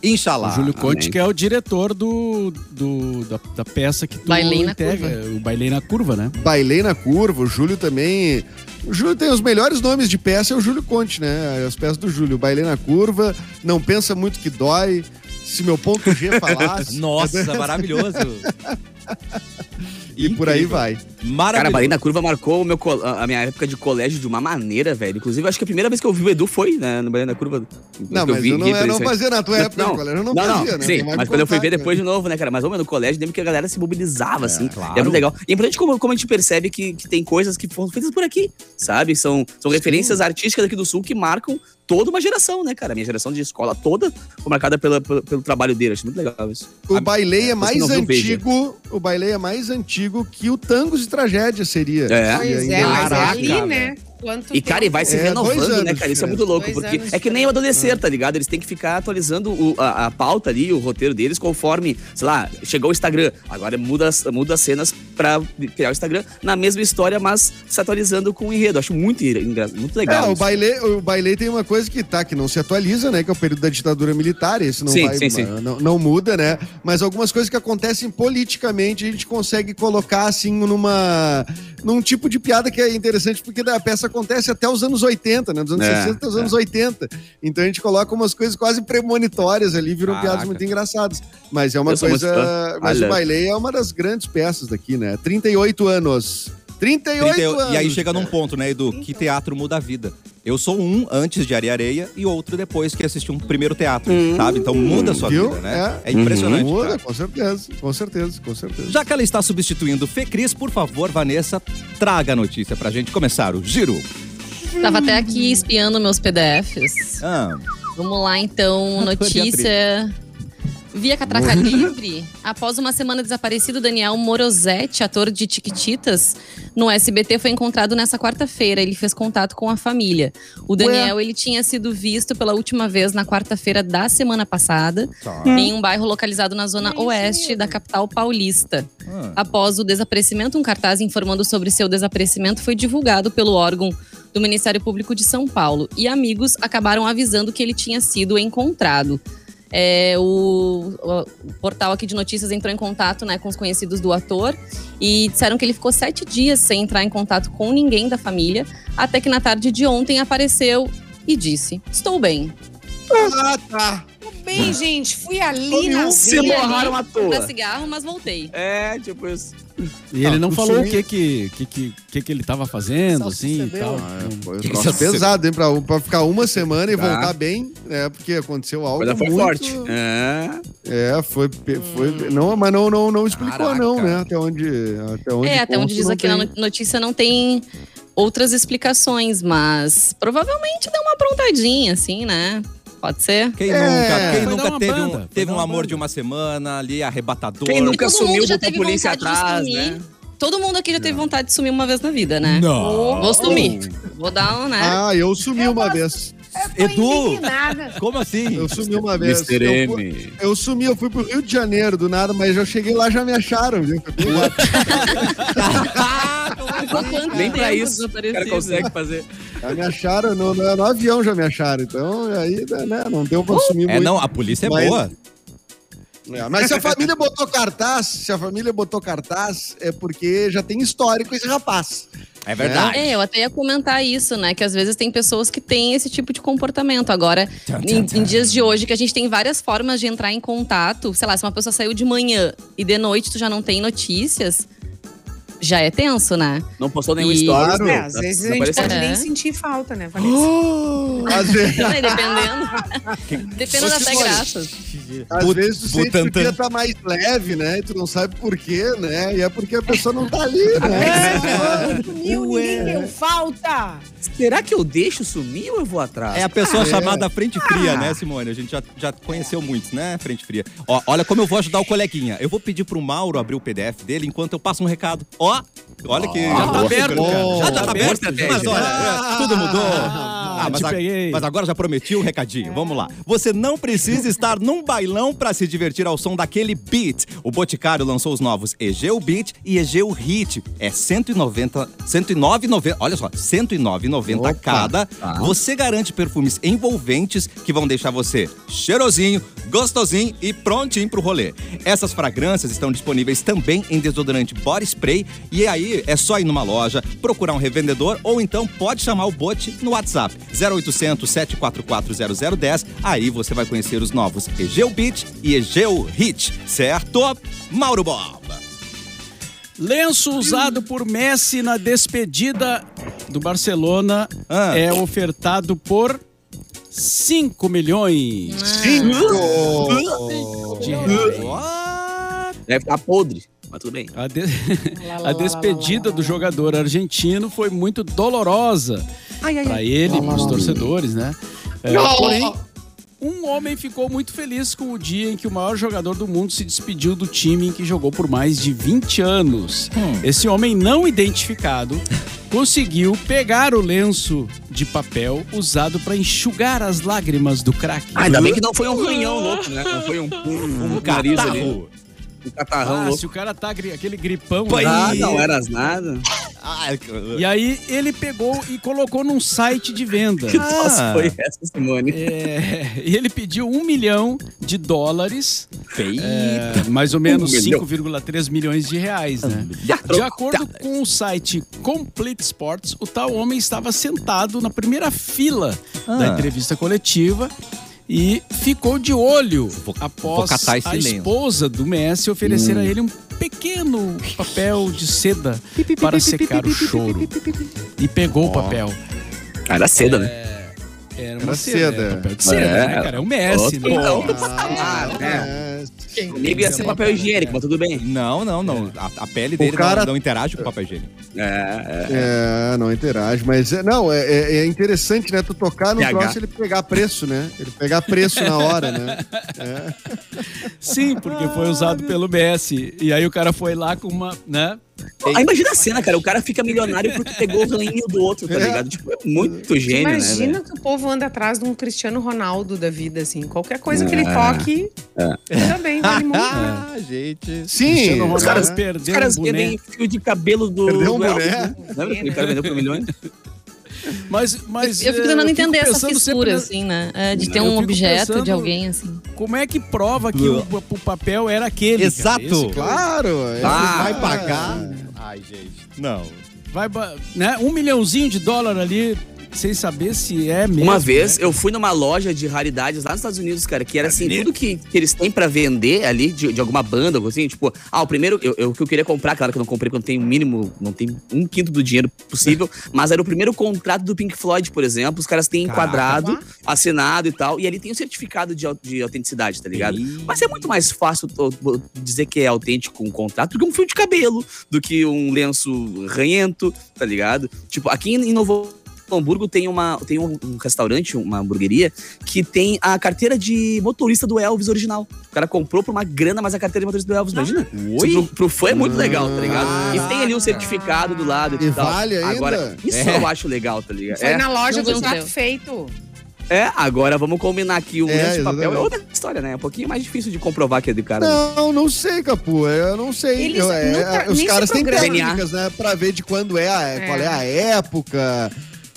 Speaker 6: O
Speaker 1: Inxalá.
Speaker 6: Júlio Conte,
Speaker 3: amém.
Speaker 6: que é o diretor do, do- da, da peça que tu
Speaker 2: Bailei na
Speaker 6: integra, o Bailei na Curva, né?
Speaker 5: Bailei na curva, o Júlio também. O Júlio tem os melhores nomes de peça, é o Júlio Conte, né? As peças do Júlio. Bailei na curva, não pensa muito que dói. Se meu ponto G falasse.
Speaker 1: Nossa, maravilhoso.
Speaker 5: E por aí
Speaker 1: Incrível.
Speaker 5: vai.
Speaker 3: Cara, a
Speaker 1: Maravilhoso.
Speaker 3: Baleia na Curva marcou o meu col- a a minha época de colégio de uma maneira, velho. Inclusive, acho que a primeira vez que eu vi o Edu foi né, no Baleia na Curva.
Speaker 5: Não,
Speaker 3: Que
Speaker 5: mas eu, não,
Speaker 3: vi
Speaker 5: eu não
Speaker 3: isso aí.
Speaker 5: fazia na tua época,
Speaker 3: Não,
Speaker 5: galera. Eu não,
Speaker 3: Não, não,
Speaker 5: fazia, né?
Speaker 3: sim,
Speaker 5: Tu vai me
Speaker 3: mas quando eu fui ver
Speaker 5: contar,
Speaker 3: depois
Speaker 5: cara.
Speaker 3: de novo, né, cara? Mas, homem, no colégio, lembro que a galera se mobilizava, assim.
Speaker 1: claro.
Speaker 3: É muito legal. E é importante como, como a gente percebe que, que tem coisas que foram feitas por aqui, sabe? São, são referências artísticas aqui do Sul que marcam toda uma geração, né, cara? A minha geração de escola toda foi marcada pela, pela- pelo trabalho dele. Acho muito legal isso.
Speaker 5: O bailei é
Speaker 3: Você
Speaker 5: mais
Speaker 3: não viu o vídeo.
Speaker 5: antigo. O bailei é mais antigo que o Tango de Tragédia seria.
Speaker 3: É.
Speaker 5: E
Speaker 4: Pois
Speaker 5: ainda
Speaker 4: é, mas é
Speaker 1: Caraca,
Speaker 4: ali, né? Quanto
Speaker 3: E, cara, e vai se
Speaker 5: É,
Speaker 3: renovando,
Speaker 5: dois anos
Speaker 3: né, cara? Isso é
Speaker 5: diferença.
Speaker 3: muito louco,
Speaker 4: Dois
Speaker 3: porque
Speaker 4: anos
Speaker 3: é que nem o adolescer, tá ligado? Eles têm que ficar atualizando o- a, a pauta ali, o roteiro deles, conforme, sei lá, chegou o Instagram. Agora muda, as- muda as cenas pra criar o Instagram na mesma história, mas se atualizando com o enredo. Acho muito, engra- muito
Speaker 5: É,
Speaker 3: legal.
Speaker 5: o
Speaker 3: isso.
Speaker 5: baile, o baile tem uma coisa que tá, que não se atualiza, né? Que é o período da ditadura militar, esse não
Speaker 3: Sim,
Speaker 5: vai,
Speaker 3: sim, sim.
Speaker 5: Não, não muda, né? Mas algumas coisas que acontecem politicamente a gente consegue colocar assim numa num tipo de piada que é interessante porque da peça acontece até os anos 80, né? Dos anos
Speaker 3: É,
Speaker 5: 60 até os
Speaker 3: é.
Speaker 5: anos 80. Então a gente coloca umas coisas quase premonitórias ali, viram
Speaker 3: Caraca.
Speaker 5: piadas muito engraçadas. Mas é uma
Speaker 3: Ah, Eu sou muito
Speaker 5: coisa, mas
Speaker 3: Olha.
Speaker 5: o baile é uma das grandes peças daqui, né? 38 anos. 38
Speaker 1: Trinta e-
Speaker 5: anos.
Speaker 1: E aí chega num
Speaker 5: cara.
Speaker 1: ponto, né, Edu? Que teatro muda a vida. Eu sou um antes de Areia Areia e outro depois que assisti um primeiro teatro, sabe? Então muda a sua
Speaker 5: Viu?
Speaker 1: vida, né? É,
Speaker 5: É.
Speaker 1: impressionante.
Speaker 5: Muda,
Speaker 1: cara.
Speaker 5: com certeza, com certeza, com certeza.
Speaker 1: Já que ela está substituindo Fê Cris, por favor, Vanessa, traga a notícia pra gente começar o giro.
Speaker 2: Tava até aqui espiando meus PDFs.
Speaker 1: Ah,
Speaker 2: Vamos lá, então,
Speaker 1: Adorei
Speaker 2: notícia. Via Catraca Livre, após uma semana desaparecido, Daniel Morosetti, ator de Tiquititas, no SBT, foi encontrado nessa quarta-feira. Ele fez contato com a família. O Daniel, ele tinha sido visto pela última vez na quarta-feira da semana passada,
Speaker 1: tá.
Speaker 2: em um bairro localizado na zona
Speaker 4: isso
Speaker 2: oeste
Speaker 4: mesmo.
Speaker 2: da capital paulista.
Speaker 1: Ah.
Speaker 2: Após o desaparecimento, um cartaz informando sobre seu desaparecimento foi divulgado pelo órgão do Ministério Público de São Paulo. E amigos acabaram avisando que ele tinha sido encontrado. É, o, o- o portal aqui de notícias entrou em contato né, com os conhecidos do ator e disseram que ele ficou sete dias sem entrar em contato com ninguém da família, até que na tarde de ontem apareceu e disse: Estou bem.
Speaker 5: Ah, tá.
Speaker 4: Tudo bem, gente. Fui ali
Speaker 5: Come
Speaker 4: na né?
Speaker 5: um
Speaker 3: Se
Speaker 4: vila.
Speaker 3: borraram à
Speaker 2: Pra
Speaker 3: toa.
Speaker 2: tá cigarro, mas voltei.
Speaker 3: É, tipo isso.
Speaker 6: E ele não
Speaker 5: Ah,
Speaker 6: falou o
Speaker 5: consumir.
Speaker 6: que que, que, que, que que ele tava fazendo, assim, e tal. Então,
Speaker 5: Foi um
Speaker 1: Que
Speaker 5: troço
Speaker 1: isso é
Speaker 5: pesado, hein? Pra, um, pra ficar uma semana e
Speaker 3: Tá.
Speaker 5: voltar bem, né? Porque aconteceu algo
Speaker 1: é,
Speaker 3: Mas foi
Speaker 5: muito...
Speaker 3: forte. É.
Speaker 5: É, foi... pe- foi não, mas não, não, não explicou,
Speaker 1: Caraca.
Speaker 5: não, né? Até onde... Até onde
Speaker 2: É, até onde
Speaker 5: consta,
Speaker 2: diz
Speaker 5: não
Speaker 2: aqui
Speaker 5: tem.
Speaker 2: na no- notícia não tem outras explicações, mas provavelmente deu uma aprontadinha, assim, né? Pode ser.
Speaker 1: Quem
Speaker 5: É.
Speaker 1: nunca, quem
Speaker 6: Foi dar
Speaker 1: nunca
Speaker 6: uma
Speaker 1: teve
Speaker 6: banda,
Speaker 1: um,
Speaker 6: foi
Speaker 1: teve
Speaker 6: dar
Speaker 1: um
Speaker 6: uma
Speaker 1: amor
Speaker 6: banda.
Speaker 1: de uma semana ali, arrebatador.
Speaker 3: Quem nunca
Speaker 2: todo
Speaker 3: sumiu
Speaker 2: mundo já
Speaker 3: botou
Speaker 2: teve
Speaker 3: polícia
Speaker 2: vontade de
Speaker 3: atrás,
Speaker 2: sumir.
Speaker 3: né?
Speaker 2: Todo mundo aqui já teve vontade de sumir uma vez na vida, né?
Speaker 6: Não.
Speaker 2: Vou sumir. Vou dar um, né?
Speaker 5: Ah, eu sumi
Speaker 4: Eu
Speaker 5: uma
Speaker 4: gosto.
Speaker 5: vez.
Speaker 4: Eu tô
Speaker 1: Edu!
Speaker 4: indignada.
Speaker 1: Como assim?
Speaker 5: Eu sumi uma vez.
Speaker 3: Mr.
Speaker 5: Eu fui-
Speaker 3: M.
Speaker 5: Eu sumi, eu fui pro Rio de Janeiro do nada, mas eu cheguei lá já me acharam, viu?
Speaker 2: Ficou quanto
Speaker 3: Nem pra
Speaker 2: tempo
Speaker 3: isso o cara
Speaker 2: desaparecido?
Speaker 3: consegue fazer.
Speaker 5: Já me acharam, no, no- no avião já me acharam. Então, aí, né, não deu
Speaker 2: Uh,
Speaker 5: pra sumir
Speaker 1: É,
Speaker 5: muito.
Speaker 1: não, a polícia é
Speaker 5: Mas-
Speaker 1: boa.
Speaker 5: É, mas se a família botou cartaz, se a família botou cartaz, é porque já tem histórico esse rapaz.
Speaker 1: É verdade.
Speaker 2: É, eu até ia comentar isso, né? Que às vezes tem pessoas que têm esse tipo de comportamento. Agora, em, em dias de hoje, que a gente tem várias formas de entrar em contato. Sei lá, se uma pessoa saiu de manhã e de noite tu já não tem notícias, já é tenso, né?
Speaker 3: Não postou nenhum
Speaker 2: E-
Speaker 3: stories.
Speaker 5: Claro.
Speaker 3: né?
Speaker 4: É, às vezes a gente
Speaker 3: Desapareceu.
Speaker 4: pode
Speaker 2: É.
Speaker 4: nem sentir falta, né, Vanessa?
Speaker 3: Oh,
Speaker 5: Às vezes,
Speaker 2: Aí, dependendo. dependendo até graças.
Speaker 5: às
Speaker 1: But-
Speaker 5: vezes tu sente que o
Speaker 1: Butantan.
Speaker 5: dia tá mais leve, né? E tu não sabe por quê, né? E é porque a pessoa não tá ali,
Speaker 3: é.
Speaker 5: né?
Speaker 4: Sumiu, ninguém deu falta.
Speaker 3: Será que eu deixo sumir ou eu vou atrás?
Speaker 1: É a pessoa
Speaker 5: Ah, é.
Speaker 1: chamada Frente Fria, né, Simone? A gente já, já conheceu muitos, né, Frente Fria? Ó, olha como eu vou ajudar o coleguinha. Eu vou pedir pro Mauro abrir o PDF dele enquanto eu passo um recado. Ó, olha que.
Speaker 3: Já tá
Speaker 1: Nossa,
Speaker 3: aberto,
Speaker 1: cara.
Speaker 5: cara.
Speaker 1: Já tá
Speaker 3: Tá
Speaker 1: aberto,
Speaker 3: aberto,
Speaker 1: mas
Speaker 3: né?
Speaker 1: olha,
Speaker 5: Ah,
Speaker 1: é, tudo mudou.
Speaker 6: ah,
Speaker 1: mas,
Speaker 6: te peguei.
Speaker 1: mas agora já prometi um recadinho. Vamos lá. Você não precisa estar num bailão pra se divertir ao som daquele beat. O Boticário lançou os novos Egeu Beat e Egeu Hit. É 190, 109,90. Olha só, 109,90
Speaker 5: Opa.
Speaker 1: cada. né?
Speaker 3: Tá.
Speaker 1: Você garante perfumes envolventes que vão deixar você cheirosinho, gostosinho e prontinho pro rolê. Essas fragrâncias estão disponíveis também em desodorante body spray. E aí é só ir numa loja, procurar um revendedor ou então pode chamar o Bote no WhatsApp 0800 744 0010. Aí você vai conhecer os novos Egeu Beach e Egeu Hit, certo? Mauro Boba.
Speaker 6: Lenço usado por Messi na despedida do Barcelona
Speaker 1: Ah.
Speaker 6: é ofertado por 5 milhões
Speaker 5: Cinco!
Speaker 6: de reais.
Speaker 3: Deve estar podre, mas tudo bem.
Speaker 6: A, de- a despedida do jogador argentino foi muito dolorosa para ele e para os torcedores, né? É, porém, um homem ficou muito feliz com o dia em que o maior jogador do mundo se despediu do
Speaker 3: Hum.
Speaker 6: time em que jogou por mais de 20 anos. Esse homem não identificado conseguiu pegar o lenço de papel usado para enxugar as lágrimas do craque.
Speaker 3: Ah, ainda bem que não foi um ranhão louco, né? Não foi um, um, um
Speaker 1: Tá
Speaker 3: nariz ali.
Speaker 1: Catarro.
Speaker 3: Um catarrão
Speaker 6: Ah,
Speaker 3: louco.
Speaker 6: se o cara tá gri- aquele gripão,
Speaker 1: Pai.
Speaker 3: Ah,
Speaker 6: né?
Speaker 3: não eras nada.
Speaker 1: Ah,
Speaker 3: é.
Speaker 6: E aí ele pegou e colocou num site de venda.
Speaker 3: Que tosse foi essa, Simone?
Speaker 6: É, e ele pediu um milhão de dólares,
Speaker 1: Eita.
Speaker 6: é, mais ou menos
Speaker 3: milhão.
Speaker 6: 5,3 milhões de reais,
Speaker 1: Um
Speaker 6: né? De acordo com o site Complete Sports, o tal homem estava sentado na primeira fila da
Speaker 1: Ah.
Speaker 6: entrevista coletiva e ficou de olho
Speaker 1: Vou- vou
Speaker 6: após
Speaker 1: catar esse
Speaker 6: a
Speaker 1: lenço. Hum.
Speaker 6: esposa do Messi oferecer a ele um pequeno papel de seda para secar o choro. E pegou o papel.
Speaker 3: Ah, Era seda, né?
Speaker 6: Era
Speaker 5: Era
Speaker 6: uma seda.
Speaker 5: seda.
Speaker 6: Era papel de seda,
Speaker 3: É.
Speaker 6: né, cara? É o Messi,
Speaker 3: Outro- então,
Speaker 6: né?
Speaker 3: outro patamar, né?
Speaker 5: É,
Speaker 3: Comigo ia ser papel higiênico, mas tudo bem.
Speaker 1: Não, não, não. A, a pele dele
Speaker 5: É. cara-
Speaker 1: não, não interage com o papel higiênico.
Speaker 3: É, é.
Speaker 5: É, não interage, mas é, não, é, é- é interessante, né? Tu tocar no
Speaker 3: PH.
Speaker 5: troço e ele pegar preço, né? Ele pegar preço na hora, né?
Speaker 6: Sim, porque foi usado pelo Messi. E aí o cara foi lá com uma, né?
Speaker 3: Ah, imagina a cena, cara. O cara fica milionário porque pegou o raninho do outro, tá
Speaker 5: É.
Speaker 3: ligado? Tipo, é muito gênio, né?
Speaker 4: Imagina
Speaker 3: velho?
Speaker 4: que o povo anda atrás de um Cristiano Ronaldo da vida, assim. Qualquer coisa que ele
Speaker 3: É.
Speaker 4: toque, também vale muito.
Speaker 1: Ah, gente.
Speaker 5: Sim,
Speaker 6: Cristiano
Speaker 5: os
Speaker 6: Ronaldo
Speaker 5: caras
Speaker 3: Os
Speaker 6: perdeu
Speaker 3: caras
Speaker 6: um boneco.
Speaker 3: vendem fio de cabelo do.
Speaker 5: Perdeu um
Speaker 3: do Elvis,
Speaker 5: boné.
Speaker 3: né? Lembra que o cara vendeu por milhões?
Speaker 6: Mas, mas
Speaker 2: eu fico
Speaker 6: eh,
Speaker 2: tentando entender essa
Speaker 6: pensando
Speaker 2: fissura,
Speaker 6: sempre
Speaker 2: assim, né? É, de ter
Speaker 6: Eu
Speaker 2: um
Speaker 6: fico
Speaker 2: objeto de
Speaker 6: pensando-
Speaker 2: alguém, assim.
Speaker 6: na- Como é que prova que o, o papel era aquele? cara?
Speaker 1: Exato.
Speaker 6: Esse
Speaker 5: Claro, é. ele
Speaker 3: Ah,
Speaker 5: vai pagar. Ah.
Speaker 1: Ai, gente. Não.
Speaker 6: vai, ba- né? Um milhãozinho de dólar ali, sem saber se é mesmo.
Speaker 3: Uma vez
Speaker 6: né?
Speaker 3: eu fui numa loja de raridades lá nos Estados Unidos, cara, que era assim, tudo que, que eles têm pra vender ali, de, de alguma banda, algo assim, tipo, ah, o primeiro, eu, eu- o que eu queria comprar, claro que eu não comprei, porque eu não tenho o mínimo, não tem um quinto do dinheiro possível, mas era o primeiro contrato do Pink Floyd, por exemplo, os caras têm
Speaker 1: Caraca.
Speaker 3: enquadrado, assinado e tal, e ali tem o certificado de, au- de autenticidade, tá ligado? Mas é muito mais fácil to- bo- dizer que é autêntico um contrato do que um fio de cabelo, do que um lenço ranhento, tá ligado? Tipo, aqui em Novo Hamburgo tem, uma, tem um, um restaurante, uma hamburgueria, que tem a carteira de motorista do Elvis original. O cara comprou por uma grana, mas a carteira de motorista do Elvis, imagina?
Speaker 5: Ah.
Speaker 3: Isso Pro, pro fã é muito legal, tá ligado? E tem ali um certificado do lado e,
Speaker 5: E
Speaker 3: tal.
Speaker 5: vale ainda?
Speaker 3: Agora, isso
Speaker 1: É.
Speaker 3: eu acho legal, tá ligado?
Speaker 4: Foi
Speaker 3: É,
Speaker 4: na loja
Speaker 2: Não
Speaker 4: do
Speaker 2: vendeu.
Speaker 4: prato feito.
Speaker 3: é, agora vamos combinar aqui o
Speaker 5: É,
Speaker 3: lenço de papel. É
Speaker 5: exatamente.
Speaker 3: outra história, né? É um pouquinho mais difícil de comprovar que é do cara.
Speaker 5: Não, não sei, Capu. Eu não sei.
Speaker 4: Eles
Speaker 5: Eu- é,
Speaker 4: nunca-
Speaker 5: os
Speaker 4: nem
Speaker 5: caras
Speaker 4: se
Speaker 5: têm
Speaker 4: programam.
Speaker 5: técnicas, né? Pra ver de quando é, a,
Speaker 4: É.
Speaker 5: qual é a época,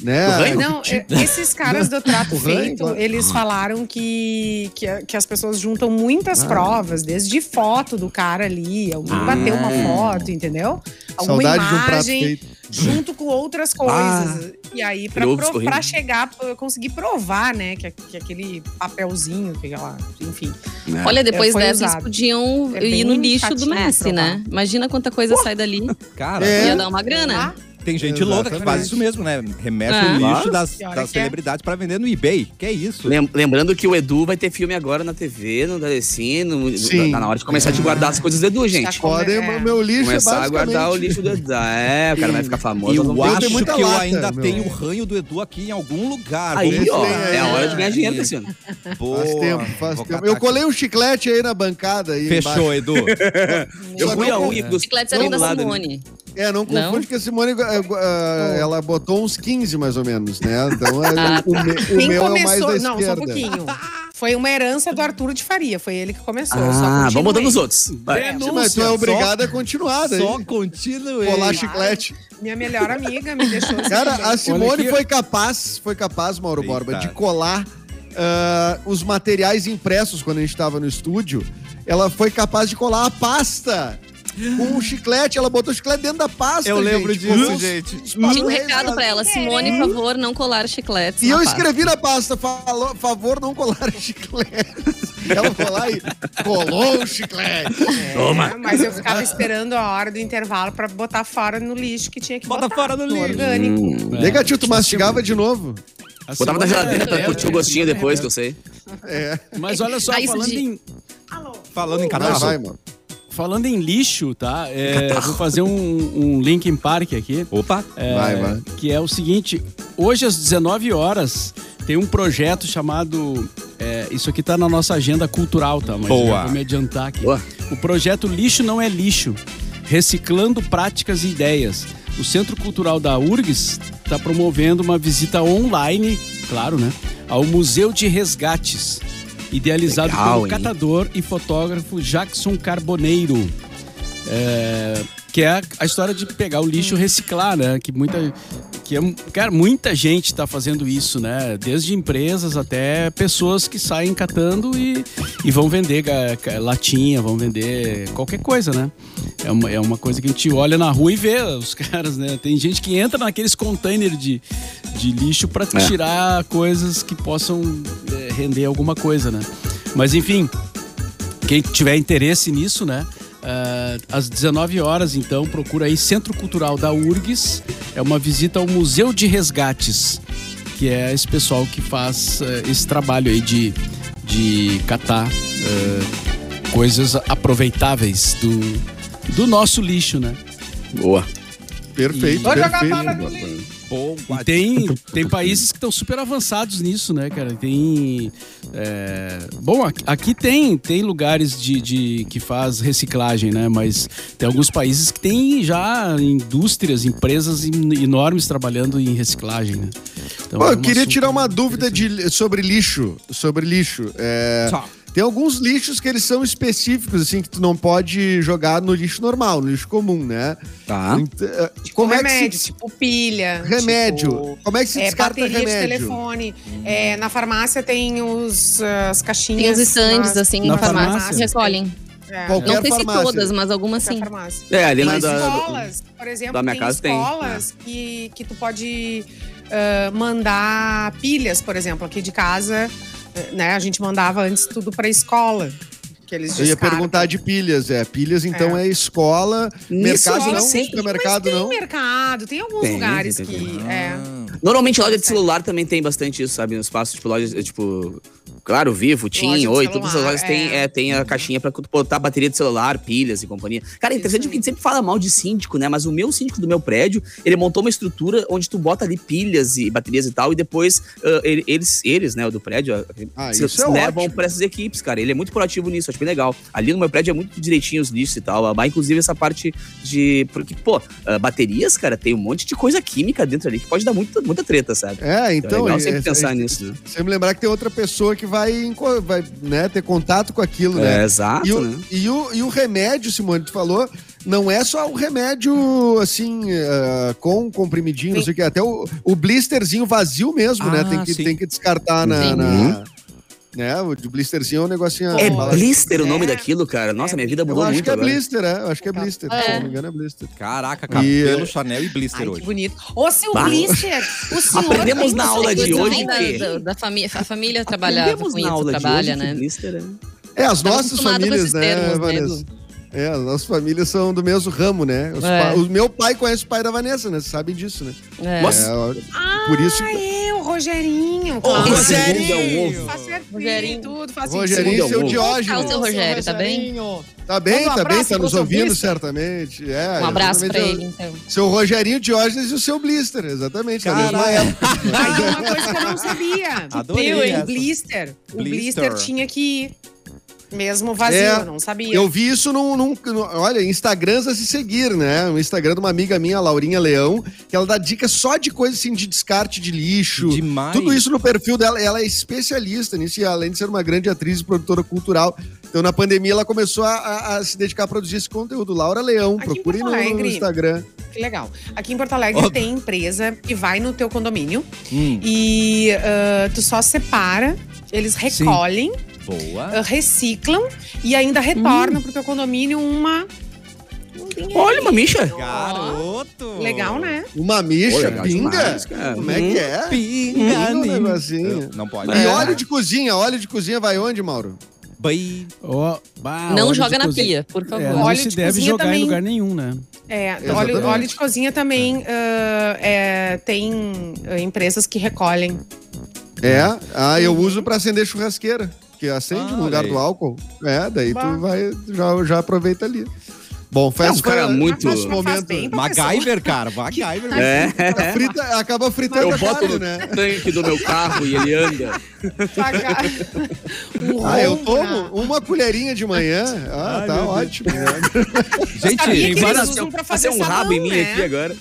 Speaker 5: né?
Speaker 3: Do ranho?
Speaker 4: Não, é- esses caras do trato
Speaker 5: O ranho, Ah.
Speaker 4: feito,
Speaker 5: claro.
Speaker 4: eles falaram que, que, a- que as pessoas juntam
Speaker 5: Ah.
Speaker 4: muitas provas, desde foto do cara ali, alguém
Speaker 3: Ah.
Speaker 4: bateu uma foto, entendeu? Alguma
Speaker 5: Saudade de um prato
Speaker 4: imagem,
Speaker 5: feito. Ah.
Speaker 4: junto com outras coisas. e aí, pra,
Speaker 3: virou
Speaker 4: pro-
Speaker 3: escorrido.
Speaker 4: pra chegar, pra conseguir provar, né, que, a- que aquele papelzinho, que aquela, enfim.
Speaker 3: né?
Speaker 2: Olha, depois
Speaker 4: foi
Speaker 2: dessa,
Speaker 4: usado.
Speaker 2: eles podiam
Speaker 4: É
Speaker 2: ir no
Speaker 4: bem
Speaker 2: lixo do
Speaker 4: chatinho
Speaker 2: Messi,
Speaker 4: provar.
Speaker 2: né? Imagina quanta coisa sai dali.
Speaker 1: Cara,
Speaker 5: É.
Speaker 2: Ia dar uma grana.
Speaker 1: tem gente louca que faz
Speaker 5: Exatamente.
Speaker 1: isso mesmo, né? Remete
Speaker 2: É.
Speaker 1: o lixo
Speaker 3: Claro.
Speaker 1: das,
Speaker 4: Que hora
Speaker 1: das
Speaker 4: que é.
Speaker 1: celebridades pra vender no eBay. Que é isso?
Speaker 3: Lem- Lembrando que o Edu vai ter filme agora na TV, no Telecine.
Speaker 5: Sim. Ah,
Speaker 3: Tá na hora de começar a de guardar as coisas do Edu, gente.
Speaker 4: Tá
Speaker 5: Podem,
Speaker 4: É.
Speaker 5: meu lixo é
Speaker 3: Começar a
Speaker 5: basicamente...
Speaker 3: guardar o lixo do Edu. Ah, É, o cara vai ficar famoso. nós
Speaker 1: Eu
Speaker 3: vamos ter-
Speaker 5: tenho- tem
Speaker 1: acho
Speaker 5: muita
Speaker 1: que eu
Speaker 5: lata,
Speaker 1: ainda
Speaker 5: meu.
Speaker 1: tenho o ranho do Edu aqui em algum lugar.
Speaker 3: Aí, ó,
Speaker 5: Esse aí,
Speaker 3: é a
Speaker 5: é.
Speaker 3: hora de ganhar dinheiro, Cassiano.
Speaker 1: é Boa.
Speaker 5: Faz tempo, faz
Speaker 1: Vou
Speaker 5: tempo.
Speaker 1: catar
Speaker 5: Eu
Speaker 1: aqui.
Speaker 5: colei um chiclete aí na bancada. Aí embaixo.
Speaker 1: Fechou, Edu.
Speaker 3: Eu
Speaker 5: Só
Speaker 3: fui
Speaker 5: não
Speaker 3: a
Speaker 5: com-
Speaker 3: única dos
Speaker 2: Bicicletas eram
Speaker 3: do
Speaker 2: da
Speaker 3: lado, né?
Speaker 2: Simone.
Speaker 5: É, não
Speaker 2: Não?
Speaker 5: confunde que a Simone, eh, eh, ela botou uns 15 mais ou menos, né? Então eh, o, me- o
Speaker 4: Ah, tá. Quem
Speaker 5: meu é o mais
Speaker 4: começou?
Speaker 5: da
Speaker 4: não, só um
Speaker 5: esquerda.
Speaker 4: pouquinho. Foi uma herança do Arturo de Faria, foi ele que começou. eu só
Speaker 3: Ah,
Speaker 4: continuei.
Speaker 3: vamos botando os outros. Hum, Vai.
Speaker 6: É,
Speaker 5: Mas tu é
Speaker 1: Só-
Speaker 5: obrigado a continuar daí.
Speaker 1: Só continuei.
Speaker 5: Colar chiclete.
Speaker 4: Minha melhor amiga me deixou assim.
Speaker 5: Cara, a Simone
Speaker 6: aqui.
Speaker 5: foi capaz, foi capaz, Mauro
Speaker 1: Eita.
Speaker 5: Borba, de colar ah, os materiais impressos quando a gente tava no estúdio. Ela foi capaz de colar a pasta com o chiclete. Ela botou o chiclete dentro da pasta.
Speaker 1: Eu lembro
Speaker 5: gente,
Speaker 1: disso,
Speaker 5: com os-
Speaker 1: gente.
Speaker 5: os
Speaker 2: Tinha um
Speaker 5: papéis,
Speaker 2: recado
Speaker 5: cara.
Speaker 2: pra ela. Simone, por favor, não colar chicletes.
Speaker 5: é E
Speaker 2: na
Speaker 5: eu
Speaker 2: pasta.
Speaker 5: escrevi na pasta, falou, favor, não colar chiclete. Ela foi lá e colou o chiclete.
Speaker 4: É, Mas eu ficava esperando a hora do intervalo pra botar fora no lixo que tinha que
Speaker 1: Bota
Speaker 4: botar.
Speaker 1: fora no
Speaker 4: no
Speaker 1: lixo.
Speaker 4: orgânico.
Speaker 6: É. Assim,
Speaker 5: Negativo, tu mastigava de novo.
Speaker 6: A
Speaker 3: Botava na
Speaker 6: Simone
Speaker 3: geladeira um
Speaker 6: era
Speaker 3: pra
Speaker 6: rebelde,
Speaker 3: curtir o gostinho
Speaker 6: né?
Speaker 3: depois, que eu sei.
Speaker 6: Mas olha só,
Speaker 2: Aí,
Speaker 6: falando
Speaker 2: Cid.
Speaker 6: em,
Speaker 1: Falando em
Speaker 5: É. Vai, vai,
Speaker 1: catarro.
Speaker 5: mano.
Speaker 6: falando em lixo, tá? É, vou fazer um, um Linkin Park aqui.
Speaker 1: Opa.
Speaker 6: É,
Speaker 5: Vai, vai.
Speaker 6: Que é o seguinte: hoje às 19 horas tem um projeto chamado. é, isso aqui tá na nossa agenda cultural, tá? Mas
Speaker 1: Boa.
Speaker 6: eu vou me adiantar aqui.
Speaker 3: Boa.
Speaker 6: O projeto Lixo Não É Lixo. Reciclando práticas e ideias. o Centro Cultural da URGS está promovendo uma visita online, claro, né? Ao Museu de Resgates, idealizado
Speaker 3: Legal,
Speaker 6: pelo
Speaker 3: hein?
Speaker 6: catador e fotógrafo Jackson Carboneiro. É, que é a, a história de pegar o lixo e reciclar, né? Que muita. Que é, um- cara, muita gente está fazendo isso, né? Desde empresas até pessoas que saem catando e, e vão vender ga- ca- latinha, vão vender qualquer coisa, né? É uma, é uma coisa que a gente olha na rua e vê os caras, né? Tem gente que entra naqueles containers de, de lixo para
Speaker 3: É.
Speaker 6: tirar coisas que possam eh, render alguma coisa, né? Mas enfim, quem tiver interesse nisso, né? ah, às 19 horas, então, procura aí Centro Cultural da URGS. É uma visita ao Museu de Resgates, que é esse pessoal que faz ah, esse trabalho aí de, de catar ah, coisas aproveitáveis do, do nosso lixo, né?
Speaker 3: Boa.
Speaker 5: Perfeito,
Speaker 6: Vai
Speaker 5: perfeito.
Speaker 6: Bom, e tem, tem países que estão super avançados nisso, né, cara? Tem. é, Bom, aqui- aqui tem, tem lugares de, de- que faz reciclagem, né? Mas tem alguns países que tem já indústrias, empresas en- enormes trabalhando em reciclagem, né? Então,
Speaker 5: Bom,
Speaker 6: é
Speaker 5: eu
Speaker 6: um
Speaker 5: queria
Speaker 6: assunto
Speaker 5: tirar uma dúvida de, sobre lixo. Sobre lixo. É,
Speaker 4: Tá.
Speaker 5: tem alguns lixos que eles são específicos, assim, que tu não pode jogar no lixo normal, no lixo comum, né?
Speaker 3: Tá.
Speaker 5: Ent- é,
Speaker 4: Com
Speaker 5: como é que se-
Speaker 4: remédio, tipo pilha.
Speaker 5: Remédio.
Speaker 4: tipo,
Speaker 5: Como é que se
Speaker 4: é,
Speaker 5: descarta
Speaker 4: bateria de
Speaker 5: remédio?
Speaker 4: telefone. É, na farmácia tem os, as caixinhas.
Speaker 2: Tem os estandes,
Speaker 4: nas-
Speaker 2: assim,
Speaker 6: Na
Speaker 2: na farmácia,
Speaker 6: farmácia?
Speaker 2: recolhem.
Speaker 4: É,
Speaker 5: Qualquer
Speaker 2: Não sei se
Speaker 5: farmácia.
Speaker 2: todas, mas algumas
Speaker 4: na
Speaker 2: sim.
Speaker 4: farmácia.
Speaker 3: É, ali na
Speaker 4: Tem
Speaker 3: da.
Speaker 4: escolas, por exemplo,
Speaker 3: da minha
Speaker 4: tem
Speaker 3: casa tem, né?
Speaker 4: escolas que, que tu pode ah, mandar pilhas, por exemplo, aqui de casa, eh, né? A gente mandava antes tudo pra escola. Que eles
Speaker 5: Eu ia
Speaker 4: descartam.
Speaker 5: perguntar de pilhas, é. Pilhas, então, é, escola,
Speaker 3: Nisso
Speaker 5: mercado
Speaker 4: escola
Speaker 5: não,
Speaker 4: sempre,
Speaker 5: supermercado
Speaker 4: Tem
Speaker 5: não.
Speaker 4: mercado, tem alguns
Speaker 3: Tem,
Speaker 4: lugares
Speaker 3: tem,
Speaker 4: que.
Speaker 3: tem. Ah,
Speaker 4: É.
Speaker 5: Ah.
Speaker 3: Normalmente loja de celular também tem bastante isso, sabe? No espaço, tipo, lojas, é, tipo. Claro, Vivo,
Speaker 4: Loja
Speaker 3: Tim,
Speaker 4: de
Speaker 3: Oi, todas essas
Speaker 4: celular,
Speaker 3: lojas tem,
Speaker 4: é.
Speaker 3: é, tem a caixinha pra tu botar bateria de celular, pilhas e companhia. Cara, é interessante
Speaker 4: Isso
Speaker 3: porque a gente sempre fala mal de síndico, né? Mas o meu síndico do meu prédio, ele montou uma estrutura onde tu bota ali pilhas e baterias e tal, e depois ah, ele- eles, eles, né, o do prédio, a-
Speaker 5: Ah,
Speaker 3: se,
Speaker 5: isso é
Speaker 3: levam
Speaker 5: ótimo.
Speaker 3: pra essas equipes, cara. Ele é muito proativo nisso, acho bem legal. Ali no meu prédio é muito direitinho os lixos e tal. Mas, inclusive, essa parte de. Porque, pô, ah, baterias, cara, tem um monte de coisa química dentro ali que pode dar muita, muita treta, sabe?
Speaker 5: É, então.
Speaker 3: é legal
Speaker 5: é-
Speaker 3: sempre
Speaker 5: é-
Speaker 3: pensar
Speaker 5: é-
Speaker 3: nisso, né?
Speaker 5: Você me lembrar que tem outra pessoa que vai, enco- vai né, ter contato com aquilo, né?
Speaker 3: É, exato,
Speaker 5: E o,
Speaker 3: né?
Speaker 5: e, o, e o remédio, Simone, tu falou, não é só o remédio, assim, eh, com comprimidinho, não sei o que, até o, o blisterzinho vazio mesmo, né?
Speaker 6: Ah,
Speaker 5: Tem que,
Speaker 6: sim.
Speaker 5: tem que descartar na.
Speaker 2: Sim.
Speaker 5: na- né? O de blisterzinho é um negocinho.
Speaker 3: Uhum. É
Speaker 5: uma-
Speaker 3: blister o nome
Speaker 4: É.
Speaker 3: daquilo, cara. Nossa,
Speaker 4: É.
Speaker 3: minha vida
Speaker 5: Eu
Speaker 3: mudou
Speaker 5: acho
Speaker 3: muito né?
Speaker 5: que é
Speaker 3: agora.
Speaker 5: blister, é. Eu acho que é blister.
Speaker 2: É.
Speaker 5: Se não me engano, é blister.
Speaker 1: Caraca,
Speaker 5: E-
Speaker 1: cabelo, Chanel e blister
Speaker 4: Ai, que
Speaker 1: hoje.
Speaker 4: bonito. Ô, seu
Speaker 3: Bah.
Speaker 4: blister, o senhor.
Speaker 3: Aprendemos
Speaker 4: tem
Speaker 3: na
Speaker 4: um
Speaker 3: aula de
Speaker 4: segredo
Speaker 2: Coisa
Speaker 3: hoje,
Speaker 4: da-
Speaker 2: também
Speaker 3: que-
Speaker 2: da, da família, a família trabalhava
Speaker 3: Trabalhamos
Speaker 2: com
Speaker 3: na
Speaker 2: isso,
Speaker 3: aula
Speaker 2: trabalha,
Speaker 3: de hoje, que
Speaker 2: né?
Speaker 3: blister, né?
Speaker 5: É, as
Speaker 2: Tava
Speaker 5: nossas
Speaker 2: acostumado com
Speaker 5: famílias,
Speaker 2: esses
Speaker 5: né,
Speaker 2: termos, né,
Speaker 5: Vanessa? É, as nossas famílias são do mesmo ramo, né? Os
Speaker 2: É.
Speaker 5: pa- O meu pai conhece o pai da Vanessa, né? Você sabe disso, né?
Speaker 2: É.
Speaker 3: Nossa,
Speaker 5: É,
Speaker 4: Ah,
Speaker 5: por isso.
Speaker 4: é, o Rogerinho.
Speaker 3: Ô,
Speaker 4: claro.
Speaker 3: Rogerinho!
Speaker 4: Faz certinho,
Speaker 2: Rogerinho.
Speaker 4: tudo, faz
Speaker 5: Rogerinho,
Speaker 4: sentido.
Speaker 3: Segunda,
Speaker 5: seu
Speaker 3: ovo.
Speaker 5: Diógenes.
Speaker 2: Ô, seu Rogério, tá bem?
Speaker 4: Rogerinho.
Speaker 5: Tá bem,
Speaker 4: Manda um
Speaker 5: tá bem,
Speaker 4: abraço
Speaker 5: tá
Speaker 4: pro
Speaker 5: nos
Speaker 4: seu
Speaker 5: ouvindo,
Speaker 4: blister.
Speaker 5: certamente. É,
Speaker 2: Um abraço
Speaker 5: exatamente.
Speaker 2: pra ele, então.
Speaker 5: Seu Rogerinho Diógenes e o seu Blister, exatamente. Na
Speaker 1: Caraca.
Speaker 5: mesma época.
Speaker 4: Mas é uma coisa que eu não sabia.
Speaker 1: Adorei
Speaker 4: Meu,
Speaker 1: essa.
Speaker 4: o blister. O
Speaker 1: Blister.
Speaker 4: blister tinha que ir. Mesmo vazio,
Speaker 5: É,
Speaker 4: eu não sabia.
Speaker 5: Eu vi isso num, num- num- Olha, Instagrams a se seguir, né? O Instagram de uma amiga minha, Laurinha Leão, que ela dá dicas só de coisa assim de descarte de lixo.
Speaker 1: Demais.
Speaker 5: Tudo isso no perfil dela, ela é especialista nisso, e além de ser uma grande atriz e produtora cultural. Então, na pandemia, ela começou a, a- a se dedicar a produzir esse conteúdo. Laura Leão,
Speaker 4: Aqui em
Speaker 5: procurem
Speaker 4: Porto
Speaker 5: no, no
Speaker 4: Ah, Alegre.
Speaker 5: Instagram.
Speaker 4: Que legal. Aqui em Porto Alegre
Speaker 1: Ó.
Speaker 4: tem empresa que vai no teu condomínio
Speaker 1: Hum,
Speaker 4: e ah, tu só separa, eles recolhem,
Speaker 1: boa.
Speaker 4: ah, reciclam e ainda retorna
Speaker 5: Hum.
Speaker 4: pro teu condomínio uma. um dinheirinho.
Speaker 3: Olha, uma micha.
Speaker 1: Garoto.
Speaker 4: Legal, né?
Speaker 5: Uma micha,
Speaker 3: Olha,
Speaker 5: pinga.
Speaker 3: demais, cara.
Speaker 5: Como é que é?
Speaker 1: Pinga
Speaker 5: Hum, um
Speaker 1: nin-
Speaker 6: né?
Speaker 5: negocinho.
Speaker 1: Não pode.
Speaker 5: E
Speaker 3: É.
Speaker 5: óleo de cozinha, óleo de cozinha vai onde, Mauro?
Speaker 1: Bai.
Speaker 6: Ó, bah,
Speaker 2: não
Speaker 6: óleo Ah, de
Speaker 2: joga na
Speaker 6: cozinha.
Speaker 2: pia, por
Speaker 6: É,
Speaker 2: favor.
Speaker 6: não
Speaker 4: Óleo
Speaker 6: se
Speaker 4: de
Speaker 6: deve
Speaker 4: cozinha
Speaker 6: jogar em
Speaker 4: também.
Speaker 6: lugar nenhum, né?
Speaker 4: É,
Speaker 5: Exatamente.
Speaker 4: óleo, óleo de cozinha também ah, é, tem ah, empresas que recolhem.
Speaker 5: É, ah, eu uso pra acender churrasqueira, que acende
Speaker 1: Ah,
Speaker 5: no lugar
Speaker 1: olha
Speaker 5: do
Speaker 1: aí.
Speaker 5: álcool. É, daí
Speaker 4: Bah.
Speaker 5: tu vai, já, já aproveita ali. Bom, foi
Speaker 3: É um
Speaker 5: essa-
Speaker 3: cara
Speaker 5: foi-
Speaker 3: muito-
Speaker 5: foi esse
Speaker 4: Mas faz
Speaker 5: momento.
Speaker 4: bem pra pessoa.
Speaker 1: MacGyver, cara. MacGyver.
Speaker 3: É.
Speaker 5: Tá frita- acaba fritando
Speaker 3: Eu
Speaker 5: a
Speaker 3: boto
Speaker 5: carne,
Speaker 3: no
Speaker 5: né?
Speaker 3: tanque do meu carro e ele anda.
Speaker 4: Pagar. Um
Speaker 5: Ah, eu
Speaker 4: rombo
Speaker 5: tomo
Speaker 4: na-
Speaker 5: uma colherinha de manhã. Ah,
Speaker 1: Ai,
Speaker 5: tá
Speaker 1: meu Deus.
Speaker 5: ótimo.
Speaker 1: Gente,
Speaker 4: Sabia
Speaker 1: tem
Speaker 4: que
Speaker 1: várias-
Speaker 4: eles usam pra
Speaker 3: Fazer
Speaker 4: fazer
Speaker 3: um
Speaker 4: sabão,
Speaker 3: rabo em mim
Speaker 4: né?
Speaker 3: aqui agora.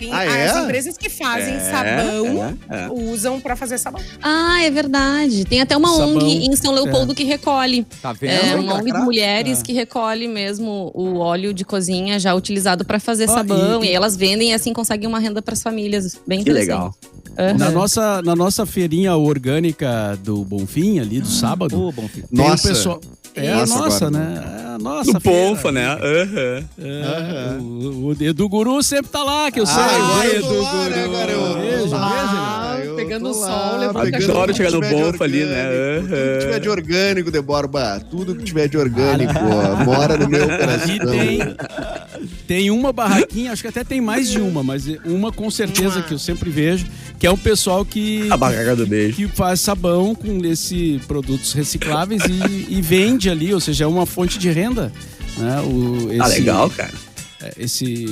Speaker 4: Tem
Speaker 5: Ah, é?
Speaker 4: as empresas que fazem
Speaker 3: É,
Speaker 4: sabão,
Speaker 3: é, é.
Speaker 4: usam pra fazer sabão.
Speaker 2: Ah, é verdade. Tem até uma
Speaker 6: Sabão.
Speaker 2: ONG em São Leopoldo que recolhe.
Speaker 1: Tá vendo?
Speaker 2: É,
Speaker 5: Olha,
Speaker 2: uma ONG de
Speaker 5: caraca.
Speaker 2: mulheres que recolhe mesmo o óleo de cozinha já utilizado para fazer
Speaker 6: Ó,
Speaker 2: sabão.
Speaker 6: e-
Speaker 2: E, elas vendem e assim conseguem uma renda para as famílias. Bem
Speaker 3: Que
Speaker 2: interessante.
Speaker 3: legal.
Speaker 2: Aham.
Speaker 6: Na nossa, na nossa feirinha orgânica do Bonfim, ali do sábado,
Speaker 1: Ô, bom filho.
Speaker 6: tem
Speaker 5: Nossa.
Speaker 6: o pessoal. É a
Speaker 5: Isso
Speaker 6: nossa,
Speaker 5: agora.
Speaker 6: né? É a nossa.
Speaker 3: Do
Speaker 6: feira.
Speaker 3: Ponfa, né? Aham.
Speaker 6: É, o, o Edu Guru sempre tá lá, que eu sei.
Speaker 5: agora
Speaker 6: Vai,
Speaker 5: eu tô lá, né, garoto?
Speaker 6: Beijo,
Speaker 5: Ah,
Speaker 6: beijo.
Speaker 5: eu
Speaker 4: pegando
Speaker 5: tô
Speaker 4: o sol,
Speaker 5: lá,
Speaker 4: levando
Speaker 5: pegando
Speaker 4: cachorro.
Speaker 5: tudo que
Speaker 3: Adoro chegar no
Speaker 5: tiver de
Speaker 3: Bonfa ali, né?
Speaker 5: orgânico, Tudo que
Speaker 3: Aham.
Speaker 5: tiver de orgânico, de Borba. Tudo que tiver de orgânico, ó, mora no meu coração.
Speaker 6: E tem, tem uma barraquinha, acho que até tem mais de uma, mas é uma com certeza que eu sempre vejo, que é um pessoal que,
Speaker 3: A barraca do beijo.
Speaker 6: que faz sabão com esse produtos recicláveis e, e vende ali, ou seja, é uma fonte de renda. Né? O, esse, é,
Speaker 3: Ah, legal, cara.
Speaker 6: esse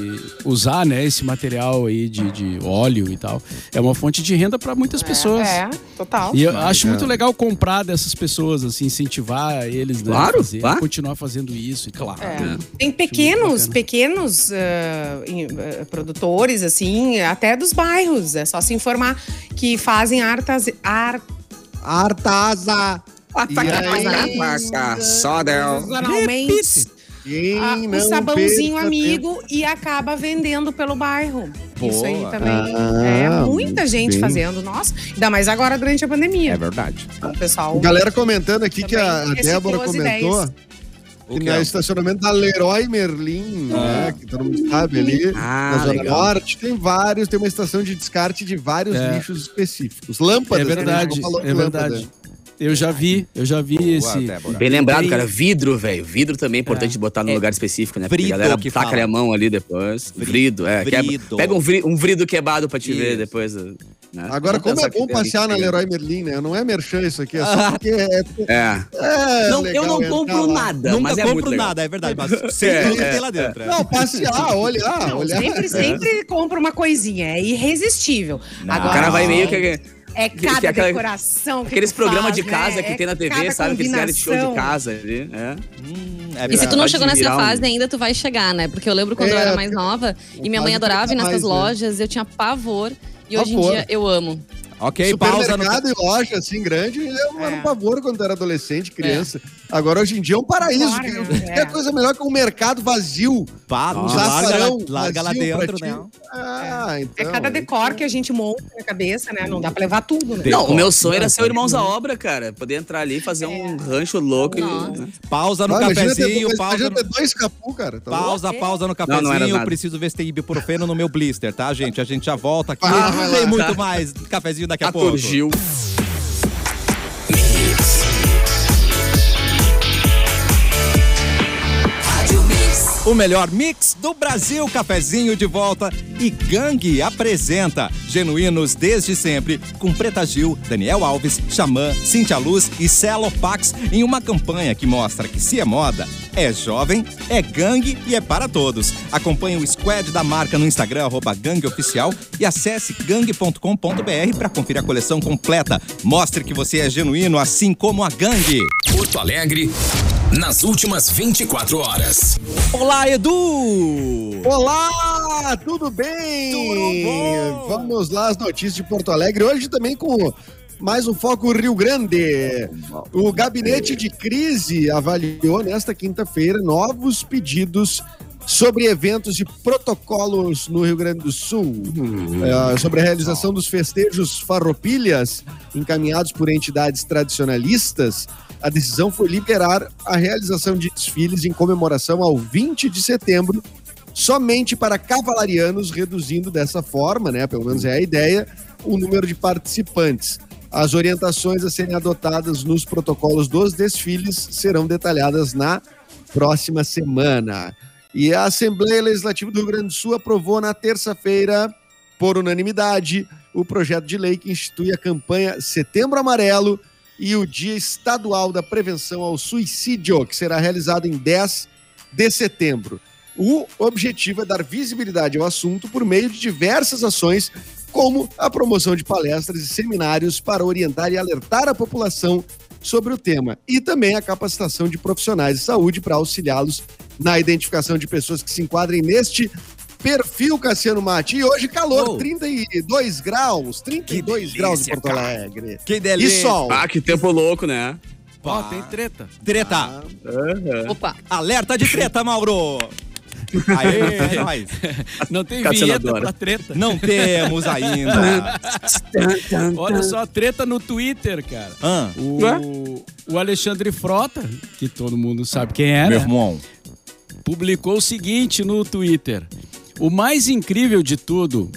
Speaker 6: usar né esse material aí de, de óleo e tal é uma fonte de renda para muitas pessoas
Speaker 4: É, total.
Speaker 6: e eu acho
Speaker 5: é.
Speaker 6: muito legal comprar dessas pessoas assim incentivar eles né,
Speaker 3: Claro,
Speaker 6: a fazer,
Speaker 3: claro.
Speaker 6: continuar fazendo isso e claro
Speaker 4: É.
Speaker 6: né?
Speaker 4: Tem pequenos, pequenos ah, em- ah, produtores, assim, até dos bairros. É só se informar que fazem artas, ar,
Speaker 5: Artasa. aí?
Speaker 4: artesanalmente
Speaker 5: Quem
Speaker 4: ah,
Speaker 5: não
Speaker 4: um sabãozinho
Speaker 5: perca
Speaker 4: amigo e acaba vendendo pelo bairro. Isso aí
Speaker 1: Boa.
Speaker 4: também.
Speaker 5: Ah,
Speaker 4: é muita gente
Speaker 5: bem.
Speaker 4: fazendo, nossa. Ainda mais agora durante a
Speaker 1: É
Speaker 4: pandemia.
Speaker 1: verdade.
Speaker 4: Então, pessoal.
Speaker 5: tempo. Galera comentando aqui que a,
Speaker 4: Também
Speaker 5: a
Speaker 4: reciclou
Speaker 5: Débora
Speaker 4: as
Speaker 5: comentou
Speaker 4: ideias.
Speaker 1: O
Speaker 5: que
Speaker 1: que
Speaker 5: no
Speaker 1: é?
Speaker 5: estacionamento da Leroy Merlin, né, que todo mundo sabe ali,
Speaker 3: Ah,
Speaker 5: na Zona
Speaker 3: legal.
Speaker 5: Norte, tem vários, tem uma estação de descarte de vários
Speaker 6: É.
Speaker 5: lixos específicos. Lâmpadas.
Speaker 6: É verdade,
Speaker 5: né, a gente não falou
Speaker 6: é
Speaker 5: de
Speaker 6: verdade.
Speaker 5: lâmpada.
Speaker 6: eu já vi eu já vi
Speaker 1: Boa,
Speaker 6: esse
Speaker 1: Débora.
Speaker 3: Bem lembrado,
Speaker 6: Tem-
Speaker 3: cara. Vidro, velho. Vidro também é importante botar no
Speaker 1: É.
Speaker 3: lugar específico, né? Porque
Speaker 1: Vrido
Speaker 3: a galera
Speaker 1: que
Speaker 3: taca
Speaker 1: fala.
Speaker 3: a mão ali depois.
Speaker 1: Vri-
Speaker 3: Vrido, é. quebra-
Speaker 1: Vrido.
Speaker 3: Pega um vri- um vrido quebrado pra te ver
Speaker 1: Isso.
Speaker 3: depois. né?
Speaker 5: Agora,
Speaker 3: Vamos
Speaker 5: como é
Speaker 3: pensar que
Speaker 5: bom
Speaker 3: tem alguém
Speaker 5: passear
Speaker 3: que
Speaker 5: na
Speaker 3: tem.
Speaker 5: Leroy Merlin, né? Não é merchan isso aqui, é
Speaker 2: Ah.
Speaker 5: só porque é.
Speaker 3: É.
Speaker 5: é
Speaker 3: Não,
Speaker 5: legal
Speaker 3: eu não
Speaker 5: entrar
Speaker 3: compro
Speaker 5: lá.
Speaker 3: nada,
Speaker 1: Nunca
Speaker 3: mas é muito
Speaker 1: compro
Speaker 3: legal.
Speaker 1: nada, é verdade. Mas sem
Speaker 3: É,
Speaker 1: dúvida
Speaker 3: é,
Speaker 1: tem lá dentro. é.
Speaker 5: Não, passear, ah, olhar,
Speaker 4: Não,
Speaker 5: olhar.
Speaker 4: sempre, sempre compra uma coisinha, é irresistível.
Speaker 1: Não.
Speaker 4: Agora,
Speaker 3: O cara vai meio que.
Speaker 4: É
Speaker 3: que-
Speaker 4: cada
Speaker 3: que aquela-
Speaker 4: decoração que
Speaker 3: Aqueles
Speaker 4: tu
Speaker 3: programas de
Speaker 4: faz,
Speaker 3: casa
Speaker 4: né?
Speaker 3: que
Speaker 4: É
Speaker 3: tem na TV,
Speaker 4: cada
Speaker 3: sabe? Aqueles reality show de
Speaker 4: combinação.
Speaker 3: casa ali. É.
Speaker 1: Hum, é
Speaker 2: E se tu não
Speaker 1: verdade.
Speaker 2: chegou nessa
Speaker 3: virar um-
Speaker 2: fase ainda, tu vai chegar, né? Porque eu lembro quando eu
Speaker 5: É,
Speaker 2: era mais nova e minha mãe
Speaker 5: quase
Speaker 2: adorava ir
Speaker 5: nunca
Speaker 2: nessas
Speaker 5: mais, né?
Speaker 2: lojas, eu tinha pavor. E hoje em
Speaker 5: Pavor.
Speaker 2: dia eu amo.
Speaker 1: Ok, pausa no.
Speaker 5: Supermercado e loja, assim, grande, eu era um
Speaker 4: É.
Speaker 5: pavor quando eu era
Speaker 2: É.
Speaker 5: adolescente, criança. Agora, hoje em dia, é um paraíso.
Speaker 4: Claro,
Speaker 5: que-
Speaker 4: né?
Speaker 5: Qualquer
Speaker 4: É.
Speaker 5: coisa melhor que um mercado vazio.
Speaker 1: Pá,
Speaker 5: Um
Speaker 1: larga, lá-
Speaker 5: açarão
Speaker 1: larga lá
Speaker 5: vazio pra
Speaker 1: dentro,
Speaker 5: ti.
Speaker 1: né?
Speaker 5: Ah, então...
Speaker 4: É cada decor que a gente monta na cabeça, né? Não dá pra levar tudo, né?
Speaker 1: Tem
Speaker 3: Não,
Speaker 1: como.
Speaker 3: o meu sonho era ser o Irmãos à Obra, cara. Poder entrar ali e fazer um rancho louco. e-
Speaker 2: Nossa.
Speaker 1: Pausa no
Speaker 5: Ah,
Speaker 1: um
Speaker 5: imagina ter,
Speaker 1: cafezinho,
Speaker 5: dois-
Speaker 1: pausa
Speaker 5: imagina
Speaker 1: no.
Speaker 5: ter dois capu, cara. Tá louco?
Speaker 1: Pausa, pausa no cafezinho.
Speaker 3: Não, não era nada.
Speaker 1: Preciso ver se tem ibuprofeno no meu blister, tá, gente? A gente já volta aqui.
Speaker 5: Ah, vai
Speaker 1: tem
Speaker 5: lá.
Speaker 1: muito mais cafezinho daqui a pouco.
Speaker 3: Ator Gil.
Speaker 1: O melhor mix do Brasil, cafezinho de volta. E Gangue apresenta genuínos desde sempre, com Preta Gil, Daniel Alves, Xamã, Cintia Luz e Celo Pax em uma campanha que mostra que se é moda, é jovem, é gangue e é para todos. Acompanhe o squad da marca no Instagram, arroba Gangue Oficial e acesse gangue.com.br para conferir a coleção completa. Mostre que você é genuíno, assim como a gangue.
Speaker 7: Porto Alegre, nas últimas 24 horas.
Speaker 1: Olá, Edu!
Speaker 5: Olá, tudo bem?
Speaker 1: Tudo bom?
Speaker 5: Vamos lá, as notícias de Porto Alegre. Hoje também com mais um foco Rio Grande. O gabinete de crise avaliou nesta quinta-feira novos pedidos sobre eventos e protocolos no Rio Grande do Sul.
Speaker 1: Hum.
Speaker 5: É, sobre a realização dos festejos farroupilhas encaminhados por entidades tradicionalistas, a decisão foi liberar a realização de desfiles em comemoração ao 20 de setembro somente para cavalarianos, reduzindo dessa forma, né, pelo menos é a ideia, o número de participantes. As orientações a serem adotadas nos protocolos dos desfiles serão detalhadas na próxima semana. E a Assembleia Legislativa do Rio Grande do Sul aprovou na terça-feira, por unanimidade, o projeto de lei que institui a campanha Setembro Amarelo e o Dia Estadual da Prevenção ao Suicídio, que será realizado em 10 de setembro. O objetivo é dar visibilidade ao assunto por meio de diversas ações, como a promoção de palestras e seminários para orientar e alertar a população sobre o tema, e também a capacitação de profissionais de saúde para auxiliá-los na identificação de pessoas que se enquadrem neste Perfil Cassiano Mate. E hoje calor,
Speaker 1: Oh.
Speaker 5: 32 graus, 32
Speaker 1: Que
Speaker 5: graus em
Speaker 1: delícia,
Speaker 5: Porto
Speaker 1: cara.
Speaker 5: Alegre.
Speaker 1: Que delícia.
Speaker 5: E sol.
Speaker 3: Ah, que tempo louco, né?
Speaker 6: Ó, tem treta.
Speaker 5: Ah.
Speaker 1: Treta.
Speaker 3: É.
Speaker 2: Opa,
Speaker 1: Alerta de treta, Mauro. Aí, é nóis.
Speaker 6: Não tem
Speaker 3: Cassiano
Speaker 6: vinheta
Speaker 3: adora.
Speaker 6: pra treta.
Speaker 1: Não temos ainda.
Speaker 6: Olha só a treta no Twitter, cara.
Speaker 1: Hã?
Speaker 6: O, o Alexandre Frota, que todo mundo sabe quem é,
Speaker 1: Meu
Speaker 6: né?
Speaker 1: irmão.
Speaker 6: publicou o seguinte no Twitter. O mais incrível de tudo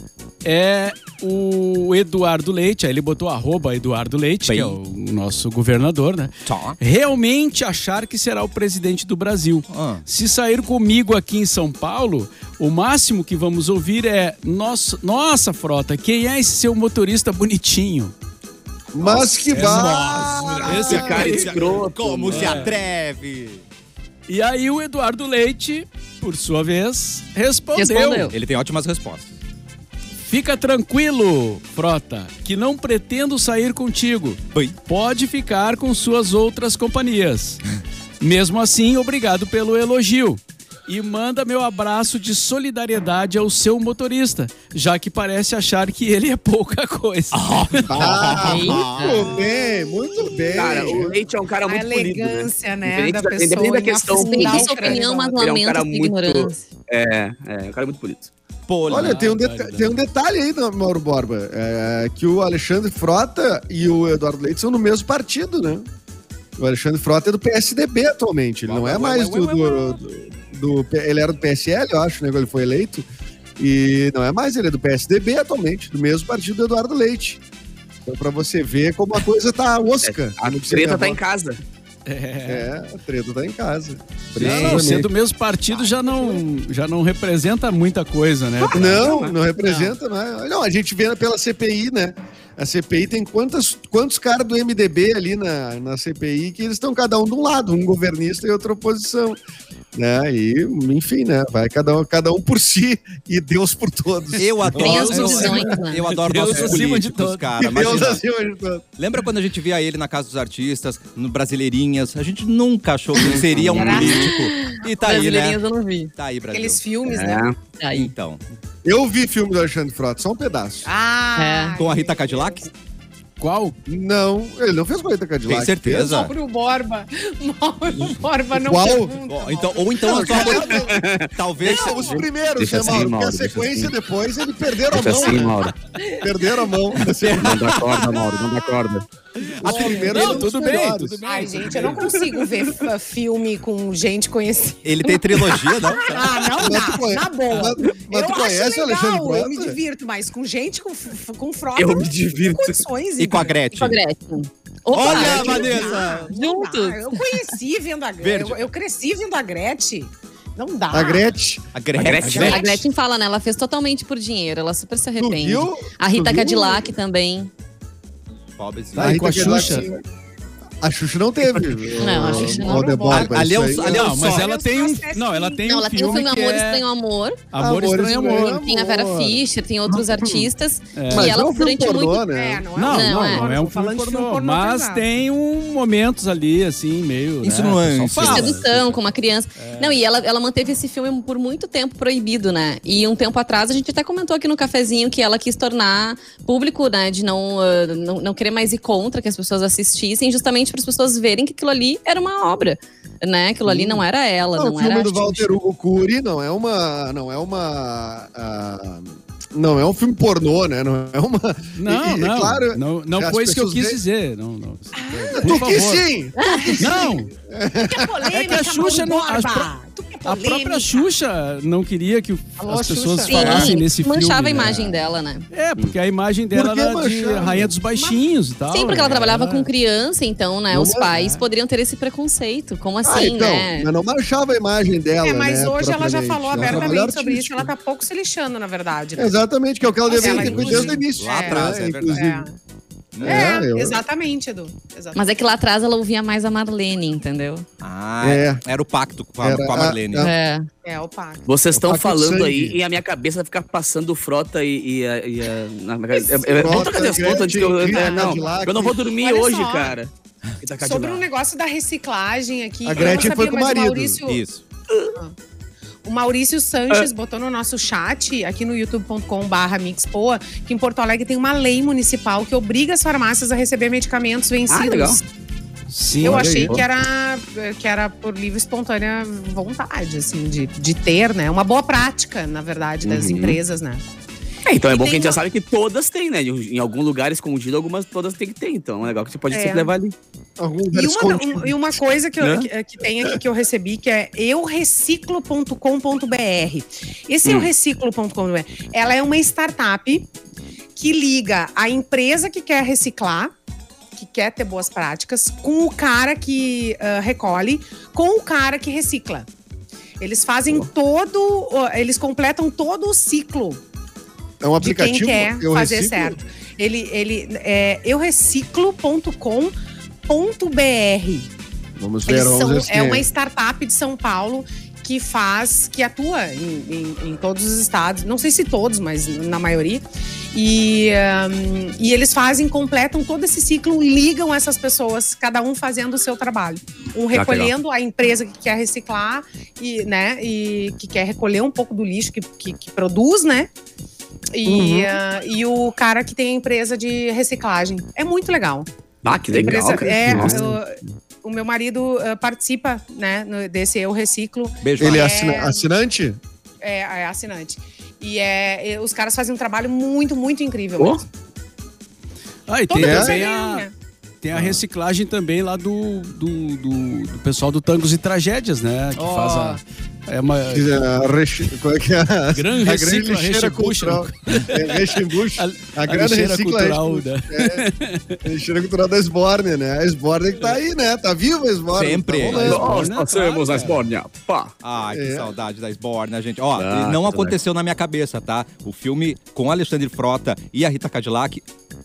Speaker 6: é o Eduardo Leite, aí ele botou arroba Eduardo Leite, que é o nosso governador, né?
Speaker 1: Tá.
Speaker 6: Realmente achar que será o presidente do Brasil.
Speaker 1: Ah.
Speaker 6: Se sair comigo aqui em São Paulo, o máximo que vamos ouvir é nossa, nossa frota, quem é esse seu motorista bonitinho?
Speaker 5: Mas que
Speaker 1: Nossa, é
Speaker 5: vai.
Speaker 1: esse
Speaker 3: cara
Speaker 1: esse-
Speaker 3: escroto,
Speaker 1: Como
Speaker 3: mano.
Speaker 1: se atreve?
Speaker 6: E aí o Eduardo Leite, por sua vez,
Speaker 2: Respondeu.
Speaker 1: Ele tem ótimas respostas.
Speaker 6: Fica tranquilo, Frota, que não pretendo sair contigo.
Speaker 1: Oi.
Speaker 6: Pode ficar com suas outras companhias. Mesmo assim, obrigado pelo elogio. E manda meu abraço de solidariedade ao seu motorista, já que parece achar que ele é pouca coisa.
Speaker 5: Ah,
Speaker 2: Eita.
Speaker 5: muito bem, muito bem.
Speaker 3: Cara, o Leite é um cara
Speaker 4: A
Speaker 3: muito polido, né?
Speaker 4: elegância, né,
Speaker 3: Independente
Speaker 4: da
Speaker 3: da-
Speaker 4: pessoa.
Speaker 3: independente da
Speaker 4: em
Speaker 3: questão
Speaker 4: afundar
Speaker 2: respeita
Speaker 3: Não,
Speaker 4: o
Speaker 2: sua
Speaker 4: cara
Speaker 2: opinião, mas
Speaker 4: dela.
Speaker 3: Ele é um
Speaker 2: lamento
Speaker 3: cara
Speaker 2: a sua
Speaker 3: muito-
Speaker 2: ignorância.
Speaker 3: É, é um cara muito bonito.
Speaker 1: Polha.
Speaker 5: Olha, tem um,
Speaker 6: dá,
Speaker 5: deta-
Speaker 6: dá.
Speaker 5: tem um detalhe aí, não, Mauro Borba, é, que o Alexandre Frota e o Eduardo Leite são no mesmo partido, né? O Alexandre Frota é do PSDB atualmente, ele não é mais do... do- do- do- ele era do PSL, eu acho, né, quando ele foi eleito, e não é mais, ele é do PSDB atualmente, do mesmo partido do Eduardo Leite. Então, pra você ver como a coisa tá osca.
Speaker 3: A
Speaker 5: Não precisa
Speaker 3: treta tá
Speaker 5: acabar.
Speaker 3: em casa.
Speaker 5: É, a treta tá em casa.
Speaker 6: Não, não, sendo o mesmo partido já não, já não representa muita coisa, né?
Speaker 5: Não, não representa, não. Não, a gente vê pela CPI, né? A CPI tem quantas, quantos caras do MDB ali na, na CPI que eles estão cada um de um lado, um governista e outra oposição. Né? E, enfim, né? Vai cada um, cada um por si e Deus por todos.
Speaker 1: Eu adoro.
Speaker 2: Tem as
Speaker 1: eu-
Speaker 2: divisões, né?
Speaker 1: Eu adoro
Speaker 6: Deus
Speaker 1: nossos
Speaker 6: acima de
Speaker 1: políticos,
Speaker 6: todos.
Speaker 1: cara.
Speaker 5: E Deus
Speaker 1: Imagina.
Speaker 5: acima de todos.
Speaker 1: Lembra quando a gente via ele na Casa dos Artistas, no Brasileirinhas? A gente nunca achou que ele seria um
Speaker 4: Era-
Speaker 1: político. E tá aí, né?
Speaker 2: Brasileirinhas eu não vi.
Speaker 1: Tá aí, Brasil.
Speaker 4: Aqueles filmes, né?
Speaker 3: É.
Speaker 2: Tá aí.
Speaker 1: Então,
Speaker 5: Eu vi filme do Alexandre Frota, só um pedaço.
Speaker 4: Ah!
Speaker 1: com a Rita Cadillac?
Speaker 6: Qual?
Speaker 5: Não, ele não fez coleta Cadillac.
Speaker 1: Tem certeza?
Speaker 4: Mauro Borba. Mauro Borba não
Speaker 5: Uau.
Speaker 4: pergunta,
Speaker 1: Ó,
Speaker 4: Mauro.
Speaker 1: então, ou então a sua
Speaker 5: Tá Não,
Speaker 1: Talvez.
Speaker 5: Não, os primeiros,
Speaker 3: Deixa
Speaker 5: né, Mauro?
Speaker 3: assim,
Speaker 5: Porque a
Speaker 3: Mauro, deixa
Speaker 5: sequência
Speaker 3: assim.
Speaker 5: depois ele perderam a
Speaker 3: Deixa
Speaker 5: mão.
Speaker 3: assim,
Speaker 5: né?
Speaker 3: Mauro.
Speaker 5: Perderam a mão.
Speaker 3: Não dá corda, Mauro. Não dá corda.
Speaker 5: A primeira
Speaker 6: Não,
Speaker 5: era um dos
Speaker 6: tudo bem,
Speaker 5: melhores.
Speaker 6: tudo bem.
Speaker 4: Ai, gente, eu não consigo ver f- filme com gente conhecida.
Speaker 1: Ele tem trilogia, não?
Speaker 4: Ah, não
Speaker 5: Mas tu
Speaker 4: dá,
Speaker 5: conhe-
Speaker 4: na boa.
Speaker 5: Mas- mas
Speaker 4: eu
Speaker 5: tu conhece
Speaker 4: acho
Speaker 5: o Alexandre
Speaker 4: legal, eu
Speaker 5: Frota?
Speaker 4: me divirto, mas com gente, com, f- com frota,
Speaker 3: Eu
Speaker 4: eu
Speaker 3: me divirto.
Speaker 4: condições.
Speaker 1: E com a
Speaker 4: entendeu?
Speaker 1: Gretchen.
Speaker 2: Com Tipo a Gretchen.
Speaker 1: Olha,
Speaker 4: Ah,
Speaker 1: Vanessa!
Speaker 4: não dá, não
Speaker 2: Juntos.
Speaker 4: dá. Eu conheci vendo a Gretchen.
Speaker 1: Verde.
Speaker 4: Eu, eu cresci vendo a Gretchen. Não dá.
Speaker 5: A Gretchen.
Speaker 1: A Gretchen.
Speaker 3: A Gretchen.
Speaker 2: A Gretchen fala, né? Ela fez totalmente por dinheiro. Ela super se
Speaker 5: Tu
Speaker 2: arrepende.
Speaker 5: viu?
Speaker 2: A Rita
Speaker 5: Tu viu?
Speaker 2: Cadillac também.
Speaker 1: Pobrezinho.
Speaker 6: Tá aí com a
Speaker 5: Cadillac,
Speaker 6: Xuxa.
Speaker 5: sim. A Xuxa não teve.
Speaker 2: Não, a
Speaker 5: Ô,
Speaker 2: Xuxa não.
Speaker 5: Mauro de Borba,
Speaker 1: Ah, ali é
Speaker 5: isso
Speaker 1: um-
Speaker 5: aí.
Speaker 1: ali é um-
Speaker 6: Não, mas
Speaker 1: só.
Speaker 6: ela tem um.
Speaker 4: é
Speaker 6: Não, ela tem
Speaker 2: Não,
Speaker 6: um
Speaker 2: ela tem o
Speaker 6: filme
Speaker 2: filme
Speaker 6: que
Speaker 2: Amor
Speaker 6: é
Speaker 2: Estranho Amor.
Speaker 6: Amor Estranho é Amor.
Speaker 2: Tem a Vera Fischer, tem outros artistas.
Speaker 5: Mas
Speaker 2: E ela
Speaker 5: não foi um
Speaker 2: durante
Speaker 5: pornô,
Speaker 2: muito
Speaker 5: né?
Speaker 4: É, não
Speaker 6: Não,
Speaker 2: Não,
Speaker 6: não,
Speaker 2: é.
Speaker 6: não é um filme
Speaker 4: Falando de
Speaker 6: pornô,
Speaker 4: filme pornô
Speaker 6: mas
Speaker 4: pesado.
Speaker 6: tem um momentos ali, assim, meio...
Speaker 5: é
Speaker 1: Insinuante.
Speaker 6: Né?
Speaker 2: de
Speaker 1: Fala.
Speaker 2: sedução com uma criança. Não, e ela, ela manteve esse filme por muito tempo proibido, né? E um tempo atrás a gente até comentou aqui no cafezinho que ela quis tornar público, né? De não, ah, não, não querer mais ir contra que as pessoas assistissem, justamente para as pessoas verem que aquilo ali era uma obra, né? Aquilo ali não era ela,
Speaker 5: Não,
Speaker 2: não,
Speaker 5: o
Speaker 2: era.
Speaker 5: filme do
Speaker 2: a Xuxa.
Speaker 5: Walter Hugo Cury não é uma. Não é uma. ah, não é um filme pornô, né? Não é uma.
Speaker 6: Não,
Speaker 5: E- e,
Speaker 6: não,
Speaker 5: claro,
Speaker 6: não, não
Speaker 5: as
Speaker 6: foi isso que eu
Speaker 5: pessoas
Speaker 6: quis
Speaker 5: veem-
Speaker 6: dizer. Não, não.
Speaker 5: tu
Speaker 6: Por
Speaker 5: que
Speaker 6: favor.
Speaker 5: sim!
Speaker 6: Não,
Speaker 4: Tu quer polêmica,
Speaker 6: É que a Xuxa não-
Speaker 4: Mauro
Speaker 6: as
Speaker 4: Borba?
Speaker 6: pró-
Speaker 4: Tu quer
Speaker 6: a própria
Speaker 4: polêmica?
Speaker 6: Xuxa não queria que o-
Speaker 4: Alô,
Speaker 6: as pessoas
Speaker 4: Xuxa.
Speaker 6: falassem nesse filme.
Speaker 2: manchava
Speaker 6: né?
Speaker 2: a imagem dela, né?
Speaker 6: É, porque a imagem dela
Speaker 5: Por que
Speaker 6: era de
Speaker 5: manchava?
Speaker 6: Rainha dos Baixinhos e tal.
Speaker 2: Sim, porque ela
Speaker 6: né?
Speaker 2: trabalhava com criança, então, né?
Speaker 5: Não
Speaker 2: Os
Speaker 5: é,
Speaker 2: pais poderiam ter esse preconceito. Como assim,
Speaker 5: ah, então,
Speaker 2: né?
Speaker 5: mas não marchava a imagem dela.
Speaker 4: É, mas
Speaker 5: né,
Speaker 4: hoje ela já
Speaker 5: propriamente.
Speaker 4: falou
Speaker 5: É um trabalho
Speaker 4: abertamente sobre isso.
Speaker 5: artístico.
Speaker 4: Ela tá pouco se lixando, na verdade. né?
Speaker 5: Exatamente, que é o que ela
Speaker 4: Nossa,
Speaker 5: deveria
Speaker 4: ela
Speaker 5: ter feito desde o
Speaker 4: inclusive-
Speaker 5: início.
Speaker 1: Lá
Speaker 5: né,
Speaker 1: atrás, é verdade.
Speaker 5: inclusive.
Speaker 4: É,
Speaker 5: É, eu-
Speaker 4: exatamente, Edu. Exatamente.
Speaker 2: Mas é que lá atrás ela ouvia mais a Marlene, entendeu?
Speaker 1: Ah,
Speaker 5: É.
Speaker 1: era o pacto com a,
Speaker 5: Era
Speaker 1: com a
Speaker 5: a-
Speaker 1: Marlene.
Speaker 5: a-
Speaker 2: É.
Speaker 4: É, opaco.
Speaker 3: Vocês
Speaker 5: É
Speaker 3: estão
Speaker 5: o Paco
Speaker 3: falando
Speaker 5: Sangue.
Speaker 3: aí e a minha cabeça fica passando frota e, e, a- e a. na minha cabeça. É- é- Vamos
Speaker 5: Frota,
Speaker 3: trocar de assunto antes que eu.
Speaker 5: Gretchen,
Speaker 3: é, Não,
Speaker 5: Cadillac.
Speaker 3: eu não vou dormir
Speaker 4: Olha
Speaker 3: hoje,
Speaker 4: só.
Speaker 3: cara. E tá
Speaker 4: Sobre
Speaker 3: Cadillac.
Speaker 4: o negócio da reciclagem aqui.
Speaker 5: A
Speaker 4: eu não
Speaker 5: Gretchen foi com o
Speaker 4: mas
Speaker 5: marido.
Speaker 4: O Maurício,
Speaker 1: Isso.
Speaker 4: o O Maurício Sanches botou no nosso chat, aqui no youtube.com/barra mixpoa, que em Porto Alegre tem uma lei municipal que obriga as farmácias a receber medicamentos vencidos.
Speaker 3: legal.
Speaker 6: Sim,
Speaker 4: Eu
Speaker 6: olha
Speaker 4: achei
Speaker 6: aí.
Speaker 4: que era, que era por livre e espontânea vontade, assim, de, de ter, né? Uma boa prática, na verdade, das
Speaker 3: Uhum.
Speaker 4: empresas, né?
Speaker 3: É, então é
Speaker 4: E
Speaker 3: bom que a
Speaker 4: tem
Speaker 3: gente já
Speaker 4: uma-
Speaker 3: sabe que todas têm, né? Em algum lugar escondido, algumas todas tem que ter. Então é legal que você pode
Speaker 4: É.
Speaker 3: sempre levar ali.
Speaker 5: Algum
Speaker 4: E
Speaker 5: deles
Speaker 4: uma,
Speaker 5: contigo.
Speaker 4: um- e uma coisa que, eu-
Speaker 3: Né?
Speaker 4: que- que tem aqui que eu recebi, que é eureciclo.com.br. Esse
Speaker 3: Hum.
Speaker 4: eureciclo.com.br, ela é uma startup que liga a empresa que quer reciclar, que quer ter boas práticas, com o cara que ah, recolhe, com o cara que recicla. Eles fazem todo, o- eles completam todo o ciclo
Speaker 5: É um
Speaker 4: de quem
Speaker 5: aplicativo.
Speaker 4: quer
Speaker 5: eu
Speaker 4: fazer
Speaker 5: reciclo.
Speaker 4: certo. Ele, ele é eureciclo.com.br.
Speaker 5: Vamos ver.
Speaker 4: Eles
Speaker 5: vamos
Speaker 4: são-
Speaker 5: ver se
Speaker 4: é
Speaker 5: tem.
Speaker 4: uma startup de São Paulo que faz, que atua em, em- em todos os estados, não sei se todos, mas na maioria. E, ahm, e eles fazem, completam todo esse ciclo, ligam essas pessoas, cada um fazendo o seu trabalho. Um
Speaker 3: legal.
Speaker 4: recolhendo a empresa que quer reciclar e, né, e que quer recolher um pouco do lixo que, que- que produz, né? E, ah, e o cara que tem a empresa de reciclagem. É muito legal.
Speaker 3: Ah, que legal,
Speaker 4: Empresa-
Speaker 3: cara.
Speaker 4: é,
Speaker 3: Nossa.
Speaker 4: eu- o meu marido eh, participa, né, no- desse Eu Reciclo,
Speaker 1: Beijo,
Speaker 5: Ele é
Speaker 1: Mari.
Speaker 5: assina- assinante?
Speaker 4: é, é assinante. E é, e os caras fazem um trabalho muito, muito incrível.
Speaker 3: Ó.
Speaker 4: mesmo.
Speaker 6: Ah, e tem
Speaker 4: Todo mundo
Speaker 6: também
Speaker 4: é
Speaker 6: a,
Speaker 4: legal, né?
Speaker 5: Ah.
Speaker 6: Tem a reciclagem também lá do, do, do- do pessoal do Tangos e Tragédias, né? Que
Speaker 7: Ó.
Speaker 6: faz a. É uma
Speaker 5: Diz, ah, reche- Qual é que é? A
Speaker 6: grande recicla, rechibucha.
Speaker 5: É, rechibucha.
Speaker 6: A,
Speaker 5: A grande
Speaker 6: lixeira
Speaker 5: recicla,
Speaker 6: cultural,
Speaker 5: rechibucha.
Speaker 6: né?
Speaker 5: É, lixeira cultural da Esbórnia, né? A Esbórnia que tá aí, né? Tá viva a Esbórnia.
Speaker 1: Sempre.
Speaker 5: Tá rolando.
Speaker 3: Nós
Speaker 6: né,
Speaker 3: passamos
Speaker 6: cara?
Speaker 3: a Esbórnia. Pá.
Speaker 1: Ai, que
Speaker 5: É. né?
Speaker 1: saudade da Esborna, gente. Ó,
Speaker 3: Ah,
Speaker 1: e não
Speaker 3: que
Speaker 1: aconteceu na minha cabeça, tá? O filme com Alexandre Frota e a Rita Cadillac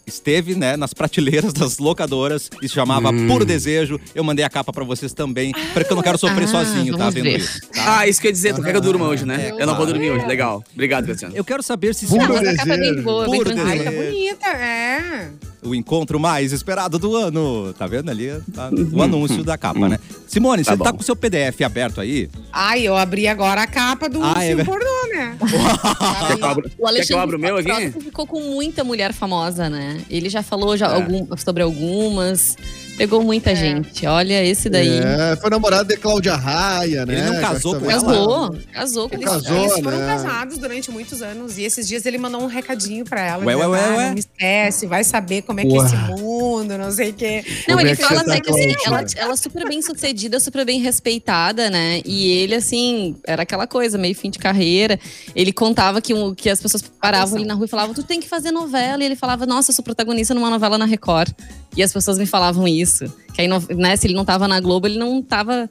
Speaker 1: esteve, né, nas prateleiras das locadoras e se chamava
Speaker 5: Hum.
Speaker 1: Puro Desejo. Eu mandei a capa pra vocês também, porque eu não quero sofrer
Speaker 2: ah,
Speaker 1: sozinho, tá
Speaker 2: vamos
Speaker 1: vendo
Speaker 2: ver.
Speaker 1: isso? Tá?
Speaker 3: Ah, isso quer dizer, tu quer que eu durma hoje,
Speaker 1: é,
Speaker 3: né? eu não vou
Speaker 1: claro.
Speaker 3: dormir hoje. Legal. Obrigado, Cristiano.
Speaker 1: Eu quero saber se
Speaker 5: Puro
Speaker 2: Não, mas a capa é
Speaker 5: desejo.
Speaker 2: bem boa, bem
Speaker 1: Puro
Speaker 4: Ai,
Speaker 2: tranquila.
Speaker 4: tá
Speaker 1: É.
Speaker 4: bonita, é.
Speaker 1: o encontro mais esperado do ano. Tá vendo ali tá, o anúncio da capa, né? Simone,
Speaker 3: Tá
Speaker 1: você tá
Speaker 3: bom.
Speaker 1: com o seu PDF aberto aí?
Speaker 4: Ai, eu abri agora a capa do
Speaker 1: Ah, é
Speaker 4: filme
Speaker 1: ver-
Speaker 4: pornô, né?
Speaker 3: Quer que eu abra- Quer
Speaker 2: O
Speaker 3: que eu abra o
Speaker 4: tá
Speaker 3: meu aqui?
Speaker 2: Frota ficou com muita mulher famosa, né? Ele já falou já
Speaker 3: É.
Speaker 2: algum- sobre algumas. Pegou muita gente. Olha esse daí.
Speaker 5: É, foi namorado de Cláudia Raia, né?
Speaker 1: Ele não casou
Speaker 5: Essa
Speaker 1: com
Speaker 5: vez
Speaker 1: ela?
Speaker 5: lá.
Speaker 2: Casou. Casou com
Speaker 4: Eles,
Speaker 5: Casou,
Speaker 4: eles foram
Speaker 5: né?
Speaker 4: casados durante muitos anos e esses dias ele mandou um recadinho pra ela.
Speaker 1: Ué,
Speaker 4: dizendo,
Speaker 1: ué, ué,
Speaker 4: "Ah,
Speaker 1: ué."
Speaker 4: Não me esquece, vai saber como é que é esse mundo, não sei o quê.
Speaker 2: Não,
Speaker 5: Como
Speaker 2: ele
Speaker 5: é que
Speaker 2: fala
Speaker 5: você tá
Speaker 2: até que assim,
Speaker 5: com a
Speaker 2: ela,
Speaker 5: última?
Speaker 2: ela é super bem sucedida, super bem respeitada, né? E ele, assim, era aquela coisa, meio fim de carreira. Ele contava que, um- que as pessoas paravam ali na rua e falavam, tu tem que fazer novela. E ele falava, nossa, eu sou protagonista numa novela na Record. E as pessoas me falavam isso. Que aí, no- né, se ele não tava na Globo, ele não tava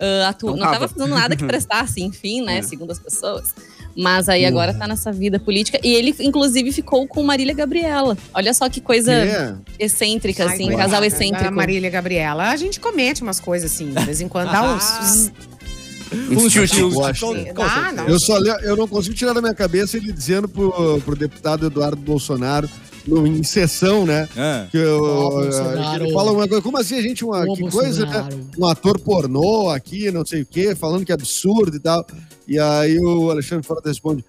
Speaker 2: ah, atu-
Speaker 3: Não
Speaker 2: Não tava
Speaker 3: tava.
Speaker 2: fazendo nada que prestasse, enfim, né?
Speaker 3: É.
Speaker 2: Segundo as pessoas. Mas aí agora tá nessa vida política. E ele, inclusive, ficou com Marília Gabriela. Olha só que coisa
Speaker 5: É.
Speaker 2: excêntrica,
Speaker 4: Ai,
Speaker 2: assim,
Speaker 4: coitada
Speaker 2: casal
Speaker 4: da
Speaker 2: excêntrico.
Speaker 4: Marília Gabriela, a gente comete umas coisas assim, de vez em quando
Speaker 1: Ah,
Speaker 4: dá uns.
Speaker 3: Um tio-tio.
Speaker 5: gosto.
Speaker 4: Ah,
Speaker 8: Tá
Speaker 4: não.
Speaker 5: Eu só le- eu não consigo tirar da minha cabeça ele dizendo pro, pro deputado Eduardo Bolsonaro, no, em sessão, né?
Speaker 1: Ah.
Speaker 5: Que, eu-
Speaker 8: Ó,
Speaker 5: que
Speaker 8: Bolsonaro.
Speaker 5: ele fala uma coisa. Como assim, gente? Uma,
Speaker 8: Ô,
Speaker 5: que coisa,
Speaker 8: Bolsonaro.
Speaker 5: né? um ator pornô aqui, não sei o quê, falando que é absurdo e tal. E aí o Alexandre Frota responde: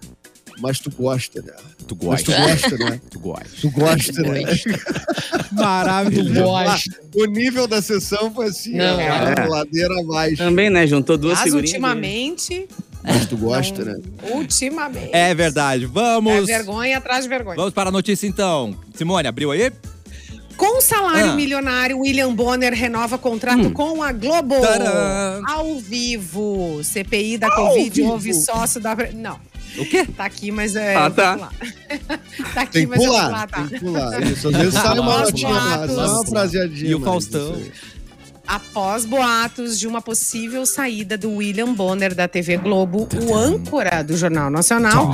Speaker 5: Mas tu gosta, né?
Speaker 1: Tu
Speaker 5: Mas
Speaker 1: gosta,
Speaker 5: tu gosta, né?
Speaker 1: tu gosta.
Speaker 5: Tu gosta, né?
Speaker 1: Maravilhoso.
Speaker 8: Gosto.
Speaker 5: O nível da sessão foi assim,
Speaker 4: Não,
Speaker 5: ó, cara,
Speaker 3: é.
Speaker 5: ladeira abaixo.
Speaker 3: Também, né? Juntou duas
Speaker 4: Mas
Speaker 3: figurinhas.
Speaker 4: ultimamente.
Speaker 5: Mas tu gosta, né?
Speaker 4: não- Ultimamente.
Speaker 1: É verdade.
Speaker 4: É
Speaker 1: Vamos.
Speaker 4: vergonha atrás de vergonha.
Speaker 1: Vamos para a notícia então. Simone, abriu aí?
Speaker 4: Com salário
Speaker 1: Ah. Hum.
Speaker 4: milionário, William Bonner renova contrato com a Globo.
Speaker 1: Tcharam!
Speaker 4: Ao vivo. CPI da Covid, houve sócio da. Não.
Speaker 1: O quê?
Speaker 4: Tá aqui, mas é.
Speaker 3: Ah, tá.
Speaker 4: vamos lá. tá aqui,
Speaker 5: Tem que
Speaker 4: mas eu vou lá,
Speaker 5: pular,
Speaker 4: tá.
Speaker 5: tem que pular. Isso, às vezes sai uma
Speaker 4: Nós
Speaker 5: notinha, lá,
Speaker 4: boatos.
Speaker 5: sai uma fraseadinha. assim.
Speaker 1: E o
Speaker 5: mas
Speaker 1: Faustão?
Speaker 5: isso aí.
Speaker 4: Após boatos de uma possível saída do William Bonner da TV Globo, o âncora do Jornal Nacional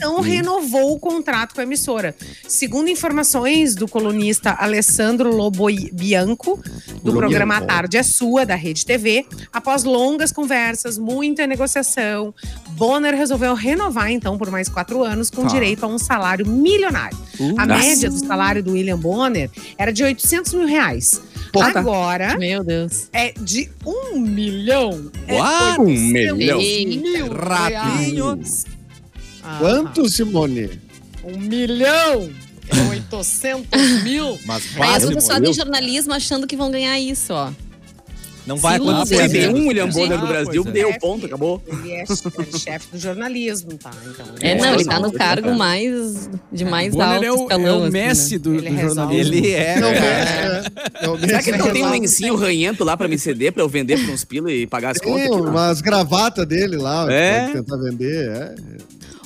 Speaker 4: não renovou o contrato com a emissora. Segundo informações do colunista Alessandro Lobo Bianco, do
Speaker 5: Lobo
Speaker 4: programa
Speaker 5: Bianco.
Speaker 4: A Tarde é Sua, da Rede TV, após longas conversas, muita negociação, Bonner resolveu renovar, então, por mais quatro anos, com
Speaker 1: Tá.
Speaker 4: direito a um salário milionário. a
Speaker 3: nossa.
Speaker 4: média do salário do William Bonner era de 800 mil reais.
Speaker 2: Pouca.
Speaker 4: Agora
Speaker 2: Meu Deus.
Speaker 4: é de um milhão. É
Speaker 1: Uau,
Speaker 3: um
Speaker 4: 800
Speaker 3: milhão.
Speaker 4: mil
Speaker 1: Rapinho.
Speaker 4: reais. Ah,
Speaker 5: Quanto, Simone?
Speaker 4: Um milhão é 800 mil.
Speaker 1: Mas
Speaker 2: Aí as
Speaker 1: quase
Speaker 2: pessoas
Speaker 1: morreu.
Speaker 2: do jornalismo achando que vão ganhar isso, ó.
Speaker 1: Não vai
Speaker 2: Sim,
Speaker 1: acontecer.
Speaker 3: Foi
Speaker 2: pois
Speaker 1: né?
Speaker 2: é.
Speaker 3: bem um William Bonner do
Speaker 6: Ah,
Speaker 3: Brasil,
Speaker 6: pois é.
Speaker 3: deu ponto, acabou.
Speaker 4: Ele é che- ele é chefe do jornalismo, tá? Então,
Speaker 2: É,
Speaker 3: É,
Speaker 2: não, ele tá
Speaker 3: não,
Speaker 2: no
Speaker 3: não,
Speaker 2: cargo
Speaker 3: não.
Speaker 2: mais de mais alto
Speaker 6: Bonner é o,
Speaker 2: escalão.
Speaker 6: é o
Speaker 2: assim, né?
Speaker 6: Messi do,
Speaker 4: Ele
Speaker 6: do
Speaker 4: resolve.
Speaker 6: jornalismo.
Speaker 1: Ele é.
Speaker 5: Não,
Speaker 1: cara.
Speaker 5: é, é, é o
Speaker 3: Será que ele não
Speaker 5: mesmo
Speaker 3: tem um
Speaker 5: resolve.
Speaker 3: lencinho ranhento lá pra me ceder, pra eu vender por uns pila e pagar as contas? Tipo,
Speaker 5: Tem
Speaker 3: aqui, não?
Speaker 5: umas gravatas dele lá,
Speaker 3: É.
Speaker 5: pode tentar vender. É.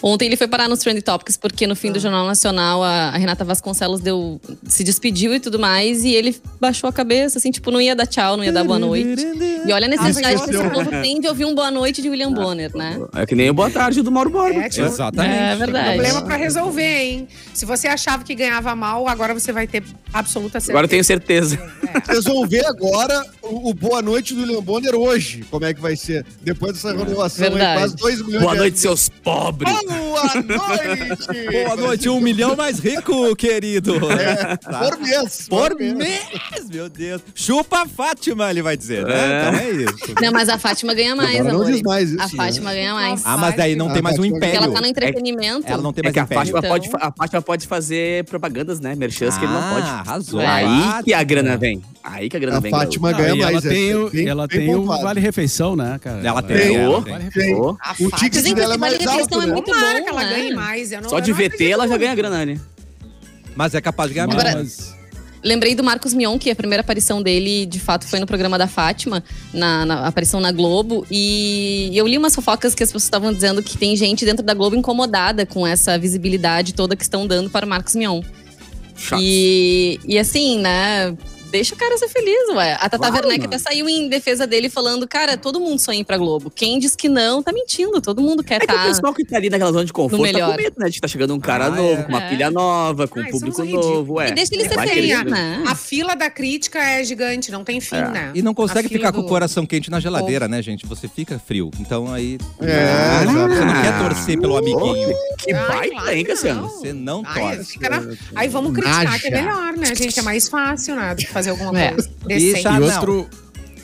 Speaker 2: Ontem ele foi parar nos Trend Topics, porque no fim do Jornal Nacional a a Renata Vasconcelos deu, se despediu e tudo mais, e ele baixou a cabeça, assim, tipo, não ia dar tchau, não ia dar boa noite. E olha a necessidade que esse
Speaker 5: esqueceu.
Speaker 2: povo tem de ouvir um boa noite de William Bonner, né?
Speaker 3: É que nem o Boa Tarde do Mauro Borba.
Speaker 4: É, tinha um
Speaker 1: Exatamente.
Speaker 2: É verdade.
Speaker 4: problema pra resolver, hein? Se você achava que ganhava mal, agora você vai ter absoluta certeza. É,
Speaker 3: Agora eu tenho certeza.
Speaker 5: Vocês vão ver agora o, o Boa Noite do William Bonner hoje, como é que vai ser. Depois dessa renovação aí,
Speaker 2: Verdade.
Speaker 5: quase 2 milhões
Speaker 3: Boa
Speaker 5: de
Speaker 3: noite, seus pobres.
Speaker 5: Boa noite! É,
Speaker 1: Boa noite, um milhão mais rico, querido. Tá?
Speaker 5: Por mês.
Speaker 1: Por mês, meu Deus. Chupa Fátima, ele vai dizer, né?
Speaker 3: É.
Speaker 1: Então é isso.
Speaker 2: Não, mas a Fátima ganha mais,
Speaker 5: Agora não
Speaker 2: amor.
Speaker 5: diz mais isso.
Speaker 2: A
Speaker 5: né? É
Speaker 2: Fátima ganha mais.
Speaker 1: Ah, mas daí não tem mais um
Speaker 2: Porque
Speaker 1: império.
Speaker 2: ela tá no entretenimento.
Speaker 1: Ela não tem
Speaker 3: É
Speaker 1: mais
Speaker 3: que a
Speaker 1: império.
Speaker 3: Fátima,
Speaker 2: Então-
Speaker 3: pode, fa- a Fátima pode fazer propagandas, né? Merchans que ele não
Speaker 1: Ah,
Speaker 3: pode.
Speaker 1: arrasou.
Speaker 3: Aí que a grana
Speaker 1: Fátima.
Speaker 3: vem. Aí que a grana
Speaker 5: A
Speaker 3: vem.
Speaker 5: Fátima
Speaker 6: Ah,
Speaker 5: ganha
Speaker 6: e ela
Speaker 5: mais. é
Speaker 6: tem, o,
Speaker 5: bem-
Speaker 6: ela
Speaker 5: bem
Speaker 6: tem o
Speaker 5: pontuado.
Speaker 6: Vale Refeição, né, cara?
Speaker 1: Ela tem,
Speaker 5: Tem.
Speaker 1: ela
Speaker 3: Tem.
Speaker 1: tem.
Speaker 5: Tem.
Speaker 3: garoto.
Speaker 4: A
Speaker 5: O
Speaker 4: Fátima-
Speaker 5: ticket
Speaker 2: Dizem que
Speaker 5: dela é
Speaker 2: esse Vale
Speaker 5: mais alto,
Speaker 2: Refeição é
Speaker 5: né?
Speaker 2: muito
Speaker 4: Tomara
Speaker 2: bom,
Speaker 4: que ela
Speaker 2: né?
Speaker 4: ganhe mais. É Eu não,
Speaker 3: Só de
Speaker 4: eu não
Speaker 3: VT ela já
Speaker 4: acredito.
Speaker 3: ganha grana, né?
Speaker 1: Mas é capaz de ganhar
Speaker 6: Mas-
Speaker 1: mais.
Speaker 2: Lembrei do Marcos Mion, que a primeira aparição dele, de fato, foi no programa da Fátima, na, na aparição na Globo. E eu li umas fofocas que as pessoas estavam dizendo que tem gente dentro da Globo incomodada com essa visibilidade toda que estão dando para o Marcos Mion.
Speaker 3: Chato.
Speaker 2: E, e assim, né? Deixa o cara ser feliz, ué. A Tata
Speaker 3: Claro,
Speaker 2: Werneck
Speaker 3: mano.
Speaker 2: até saiu em defesa dele falando: cara, todo mundo sonha em ir pra Globo. Quem diz que não, tá mentindo. Todo mundo quer
Speaker 3: É que o
Speaker 2: estar.
Speaker 3: pessoal que tá ali naquela zona de
Speaker 2: No
Speaker 3: conforto tá
Speaker 2: melhor.
Speaker 3: com medo, né? De tá chegando um cara
Speaker 1: Ah,
Speaker 3: novo,
Speaker 1: é.
Speaker 3: com uma
Speaker 2: É.
Speaker 3: pilha nova, com
Speaker 4: Ah,
Speaker 3: um
Speaker 4: isso
Speaker 3: público
Speaker 4: é um ridículo.
Speaker 3: novo. É.
Speaker 2: e deixa ele ser
Speaker 3: Vai
Speaker 2: feliz,
Speaker 3: querer,
Speaker 2: né?
Speaker 4: A fila da crítica é gigante, não tem fim,
Speaker 3: É.
Speaker 4: né?
Speaker 1: E não consegue
Speaker 4: A fila
Speaker 1: ficar com o
Speaker 4: do-
Speaker 1: coração quente na geladeira, né, gente? Você fica frio. Então aí.
Speaker 5: É,
Speaker 1: você não
Speaker 3: exato.
Speaker 1: quer torcer pelo amiguinho.
Speaker 3: Que
Speaker 4: Ai,
Speaker 3: baita, assim,
Speaker 4: claro
Speaker 3: hein,
Speaker 4: que
Speaker 3: Cassiano?
Speaker 4: não.
Speaker 1: Você não
Speaker 4: Ai,
Speaker 1: torce.
Speaker 4: fica na- Aí vamos criticar, que é
Speaker 1: Naja.
Speaker 4: melhor, né, gente? É mais fácil, né? Do que fazer alguma
Speaker 2: É.
Speaker 4: coisa
Speaker 1: Deixa-
Speaker 4: decente.
Speaker 1: Ah,
Speaker 6: e
Speaker 1: não.
Speaker 6: outro.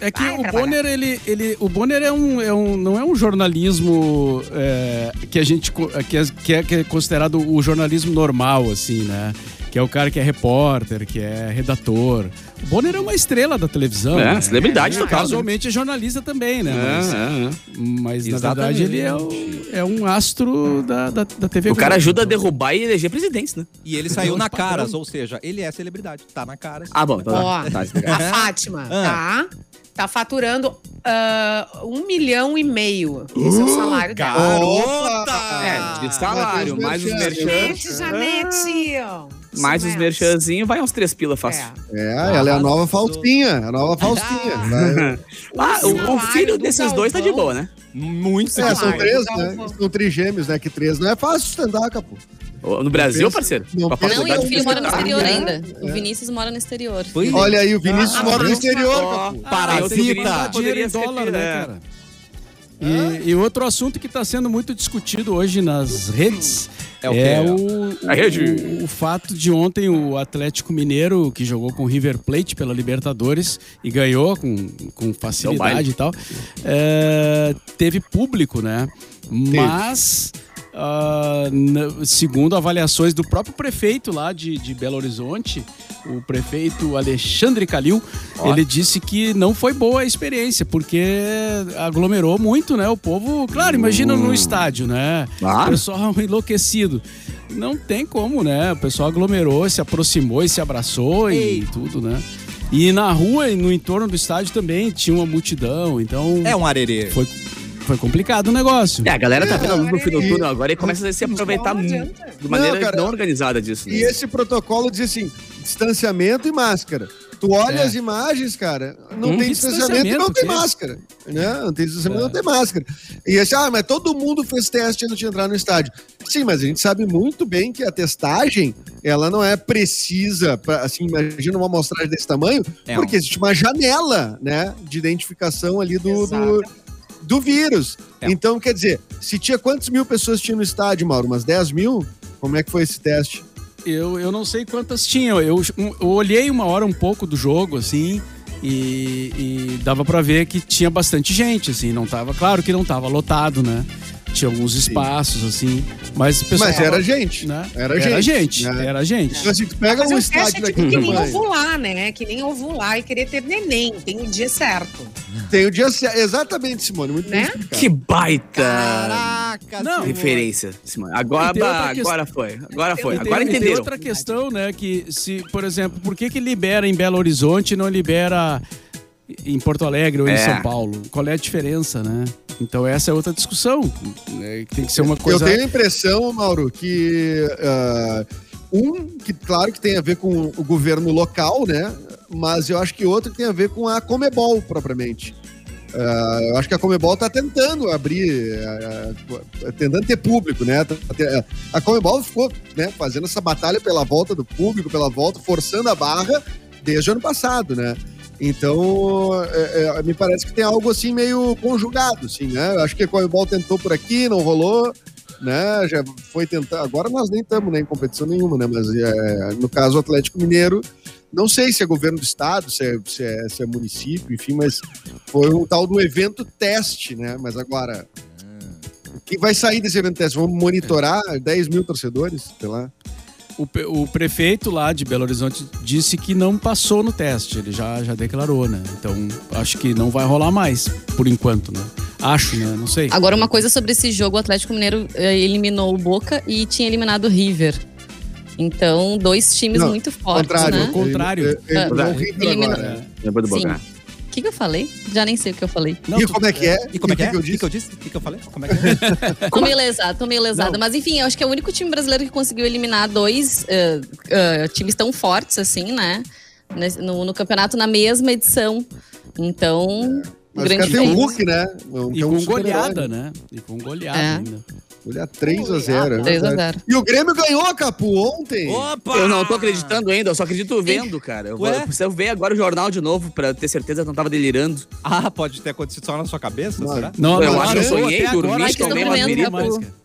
Speaker 6: É que
Speaker 4: Vai
Speaker 6: o
Speaker 4: trabalhar.
Speaker 6: Bonner, ele, ele, o Bonner é um, é um, não é um jornalismo é, que a gente co- que é, que é- que é considerado o jornalismo normal, assim, né? Que é o cara que é repórter, que é redator. O Bonner é uma estrela da televisão.
Speaker 3: É,
Speaker 6: né?
Speaker 3: celebridade
Speaker 6: E,
Speaker 3: total, né?
Speaker 6: Casualmente é jornalista também, né? Mas,
Speaker 3: É,
Speaker 6: mas, na
Speaker 1: Exatamente.
Speaker 6: verdade ele é, o- é um astro da, da, da TV.
Speaker 3: é. O cara
Speaker 6: Globo.
Speaker 3: ajuda a derrubar e eleger presidentes, né?
Speaker 1: E ele saiu na caras, ou seja, ele é celebridade. Tá na caras.
Speaker 3: Ah, bom. Tá,
Speaker 4: Ó,
Speaker 3: tá, tá, explicado.
Speaker 4: a Fátima,
Speaker 1: Ah.
Speaker 4: tá? Tá faturando ah, um milhão e meio. Esse é o salário dela.
Speaker 3: É, de
Speaker 1: Garota!
Speaker 3: salário, mais os
Speaker 5: merchan.
Speaker 3: merchan.
Speaker 4: Gente, Janete! Isso é.
Speaker 3: Mais os
Speaker 4: mesmo.
Speaker 3: merchanzinhos, vai uns três pila fácil.
Speaker 4: É.
Speaker 5: É, ela é a nova Faustinha, é a nova Faustinha. é, Vai-
Speaker 3: Ah, o, o
Speaker 4: salário
Speaker 3: filho
Speaker 4: do
Speaker 3: desses dois tá de
Speaker 4: Galvão.
Speaker 3: boa, né?
Speaker 1: Muito
Speaker 5: É, são
Speaker 4: Salário,
Speaker 5: três,
Speaker 4: dá um
Speaker 5: né?
Speaker 4: pouco.
Speaker 5: São três gêmeos, né? Que três não é fácil sustentar, capô.
Speaker 3: No Brasil,
Speaker 5: pensa-
Speaker 3: parceiro.
Speaker 5: não
Speaker 3: Pra
Speaker 5: pensa-
Speaker 2: Não, e
Speaker 3: faculdade
Speaker 2: o
Speaker 5: Verdade,
Speaker 2: filho mora no
Speaker 5: verdade.
Speaker 2: exterior
Speaker 5: É,
Speaker 2: ainda. O Vinícius mora no exterior.
Speaker 1: Foi lindo.
Speaker 5: Olha aí, o Vinícius
Speaker 4: Ah,
Speaker 5: mora no
Speaker 4: não.
Speaker 5: exterior,
Speaker 3: Ó,
Speaker 5: capô.
Speaker 1: um
Speaker 6: Ah,
Speaker 3: parasita.
Speaker 1: Parasita.
Speaker 6: dinheiro em
Speaker 3: Poderia ser
Speaker 6: dólar,
Speaker 3: que-
Speaker 6: né,
Speaker 3: é.
Speaker 6: cara? E, e outro assunto que está sendo muito discutido hoje nas redes
Speaker 1: É
Speaker 6: é
Speaker 1: o
Speaker 6: o,
Speaker 1: quê?
Speaker 3: A rede.
Speaker 6: o, o fato de ontem o Atlético Mineiro, que jogou com o River Plate pela Libertadores e ganhou com, com facilidade e tal, é, teve público, né? Mas, ah, n- segundo avaliações do próprio prefeito lá de, de Belo Horizonte, o prefeito Alexandre Calil, ele disse que não foi boa a experiência, porque aglomerou muito, né? O povo, claro, imagina no estádio, né?
Speaker 5: Ah?
Speaker 3: Claro.
Speaker 6: O pessoal enlouquecido. Não tem como, né? O pessoal aglomerou, se aproximou e se abraçou e tudo, né? E na rua e no entorno do estádio também tinha uma multidão, então
Speaker 1: É um arerê.
Speaker 6: foi, foi complicado o negócio.
Speaker 3: É, a galera tá vendo a luz no fim do
Speaker 5: E-
Speaker 3: túnel agora e começa a se aproveitar
Speaker 4: Não
Speaker 3: muito.
Speaker 4: adianta.
Speaker 3: De maneira
Speaker 5: Não,
Speaker 3: não,
Speaker 5: cara.
Speaker 3: organizada disso. né?
Speaker 5: E esse protocolo diz assim: distanciamento e máscara. Tu olha
Speaker 6: É.
Speaker 5: as imagens, cara, não
Speaker 6: Hum,
Speaker 5: tem
Speaker 6: que
Speaker 5: distanciamento e não
Speaker 6: distanciamento
Speaker 5: tem
Speaker 6: que é?
Speaker 5: máscara. Né? Não tem distanciamento e não tem máscara. E assim, ah, mas todo mundo fez teste antes de entrar no estádio. Sim, mas a gente sabe muito bem que a testagem, ela não é precisa, pra, assim, imagina uma amostragem desse tamanho,
Speaker 1: É,
Speaker 5: porque existe uma janela, né, de identificação ali do, do,
Speaker 4: Exato.
Speaker 5: do vírus.
Speaker 1: É.
Speaker 5: Então, quer dizer, se tinha quantas mil pessoas tinha no estádio, Mauro? Umas 10 mil? Como é que foi esse teste?
Speaker 6: Eu, eu não sei quantas tinham. Eu, um, eu olhei uma hora um pouco do jogo, assim, e, e dava pra ver que tinha bastante gente, assim. Não tava, claro que não tava lotado, né? Tinha alguns espaços, assim. Mas o pessoal.
Speaker 5: Mas era gente.
Speaker 6: né?
Speaker 5: Era
Speaker 6: Era
Speaker 5: gente,
Speaker 6: gente.
Speaker 5: né?
Speaker 6: Era gente.
Speaker 5: Então, assim, tu pega
Speaker 4: Fazer
Speaker 5: um
Speaker 4: um teste é
Speaker 5: estádio
Speaker 4: tipo
Speaker 5: daquele
Speaker 4: que nem
Speaker 5: tamanho.
Speaker 4: ovular, né? Que nem ovular e querer ter neném. Tem o dia certo.
Speaker 5: Tem o dia certo. Exatamente, Simone. Muito bem
Speaker 4: Né?
Speaker 5: explicado.
Speaker 3: Que baita
Speaker 5: Caraca,
Speaker 6: Não.
Speaker 5: Simone.
Speaker 3: referência, Simone. Agora,
Speaker 6: E tem outra questão-
Speaker 3: agora foi. Agora foi.
Speaker 6: E tem-
Speaker 3: Agora
Speaker 6: e tem
Speaker 3: entenderam.
Speaker 6: outra questão, né? Que se, por exemplo, por que que libera em Belo Horizonte e não libera em Porto Alegre ou em
Speaker 3: É.
Speaker 6: São Paulo? Qual é a diferença, né? Então essa é outra discussão. né, que Tem que ser uma coisa...
Speaker 5: Eu tenho a impressão, Mauro, que. ah, um, que claro que tem a ver com o governo local, né? Mas eu acho que outro que tem a ver com a Comebol, propriamente. Ah, eu acho que a Comebol tá tentando abrir, ah, ah, tentando ter público, né? Tá- tá te- A Comebol ficou né, fazendo essa batalha pela volta do público, pela volta, forçando a barra desde o ano passado, né? Então, é, é, me parece que tem algo assim meio conjugado, assim, né? Eu Acho que a Comebol tentou por aqui, não rolou, né? Já foi tentar. Agora nós nem estamos né, em competição nenhuma, né? Mas é, no caso, o Atlético Mineiro, não sei se é governo do estado, se é, se é- se é município, enfim, mas foi um tal do evento teste, né? Mas agora. O que vai sair desse evento teste? Vamos monitorar 10 mil torcedores, sei lá.
Speaker 6: O, pe- o prefeito lá de Belo Horizonte disse que não passou no teste, ele já, já declarou, né? Então acho que não vai rolar mais, por enquanto, né? Acho, né? Não sei.
Speaker 2: Agora, uma coisa sobre esse jogo: o Atlético Mineiro eh, eliminou o Boca e tinha eliminado o River. Então, dois times
Speaker 5: Não,
Speaker 2: muito fortes,
Speaker 5: contrário.
Speaker 2: né?
Speaker 6: Contrário.
Speaker 5: Ele- ele- ele-
Speaker 3: Ah,
Speaker 5: o River
Speaker 2: eliminou.
Speaker 5: agora, né?
Speaker 3: Lembrou do
Speaker 2: Sim.
Speaker 3: Bogar.
Speaker 2: O que, que eu falei? Já nem sei o que eu falei.
Speaker 6: é. Não,
Speaker 5: e
Speaker 6: tu-
Speaker 5: como é que é?
Speaker 1: E como é que é?
Speaker 5: O
Speaker 1: O
Speaker 5: eu disse?
Speaker 1: que, que eu disse? O que, que eu falei? Como é que é?
Speaker 2: Tô meio lesada, tô meio lesada.
Speaker 6: Não.
Speaker 2: Mas enfim, eu acho que é o único time brasileiro que conseguiu eliminar dois eh, eh, times tão fortes assim, né? Nes- No, no campeonato na mesma edição. Então,
Speaker 5: Mas o
Speaker 2: grande
Speaker 5: cara tem um
Speaker 2: feito.
Speaker 5: Hulk, né? Um-
Speaker 6: E
Speaker 5: tem um
Speaker 6: com
Speaker 5: super-herói.
Speaker 6: goleada, né? E com goleada
Speaker 2: É.
Speaker 6: ainda.
Speaker 5: Olhar 3x0.
Speaker 2: 3 a 0.
Speaker 5: né? E o Grêmio ganhou, Capu, ontem.
Speaker 1: Opa!
Speaker 3: Eu não tô acreditando ainda, eu só acredito vendo, cara. Eu, vou,
Speaker 1: Ué?
Speaker 3: eu preciso ver agora o jornal de novo pra ter certeza que eu não tava delirando.
Speaker 1: Ah, pode ter acontecido só na sua cabeça,
Speaker 5: Não.
Speaker 1: será?
Speaker 6: Não,
Speaker 3: Eu
Speaker 6: não,
Speaker 3: acho que eu
Speaker 6: parou
Speaker 3: sonhei,
Speaker 6: até
Speaker 3: dormi,
Speaker 6: agora,
Speaker 2: acho que
Speaker 6: tomei
Speaker 2: eu tô
Speaker 6: umas
Speaker 2: vendo,
Speaker 6: virilhas
Speaker 2: acabou.
Speaker 6: mais, cara.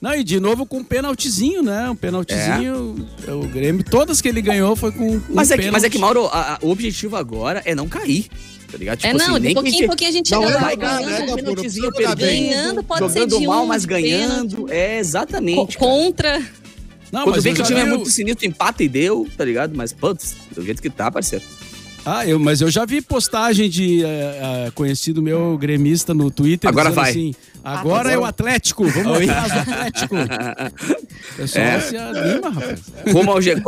Speaker 6: Não, e de novo com um penaltizinho, né? Um penaltizinho. O Grêmio, todas que ele ganhou foi com um
Speaker 3: Mas, é que, mas é que,
Speaker 6: pênalti.
Speaker 3: Mauro, a- a- o objetivo agora é não cair. Tá ligado?
Speaker 2: É, não, de
Speaker 3: nem que
Speaker 2: pouquinho em pouquinho a gente
Speaker 5: Não
Speaker 2: chega
Speaker 5: é
Speaker 2: lá.
Speaker 3: Então, vai
Speaker 5: jogar,
Speaker 2: ganhando,
Speaker 5: né,
Speaker 3: ganhando,
Speaker 5: Gaburu?
Speaker 3: pênaltizinho
Speaker 5: Precisa jogar bem.
Speaker 3: perdendo.
Speaker 2: ganhando, pode ser
Speaker 3: Jogando
Speaker 2: de
Speaker 3: mal,
Speaker 2: um,
Speaker 3: mas
Speaker 2: de pênalti.
Speaker 3: ganhando. É, exatamente.
Speaker 2: Co- contra.
Speaker 6: Não,
Speaker 3: Quando
Speaker 6: mas
Speaker 3: vê
Speaker 6: eu
Speaker 3: que o
Speaker 6: já
Speaker 3: time é
Speaker 6: vi
Speaker 3: muito sinistro, empata e deu, tá ligado? Mas, putz, do jeito que tá, parceiro.
Speaker 6: Ah, eu, mas eu já vi postagem de eh, ah, conhecido meu gremista no Twitter
Speaker 3: Agora
Speaker 6: dizendo
Speaker 3: vai.
Speaker 6: assim, agora é o Atlético, vamos atrás do Atlético. O pessoal
Speaker 3: É.
Speaker 6: se anima, rapaz. é
Speaker 3: Rumo ao G4.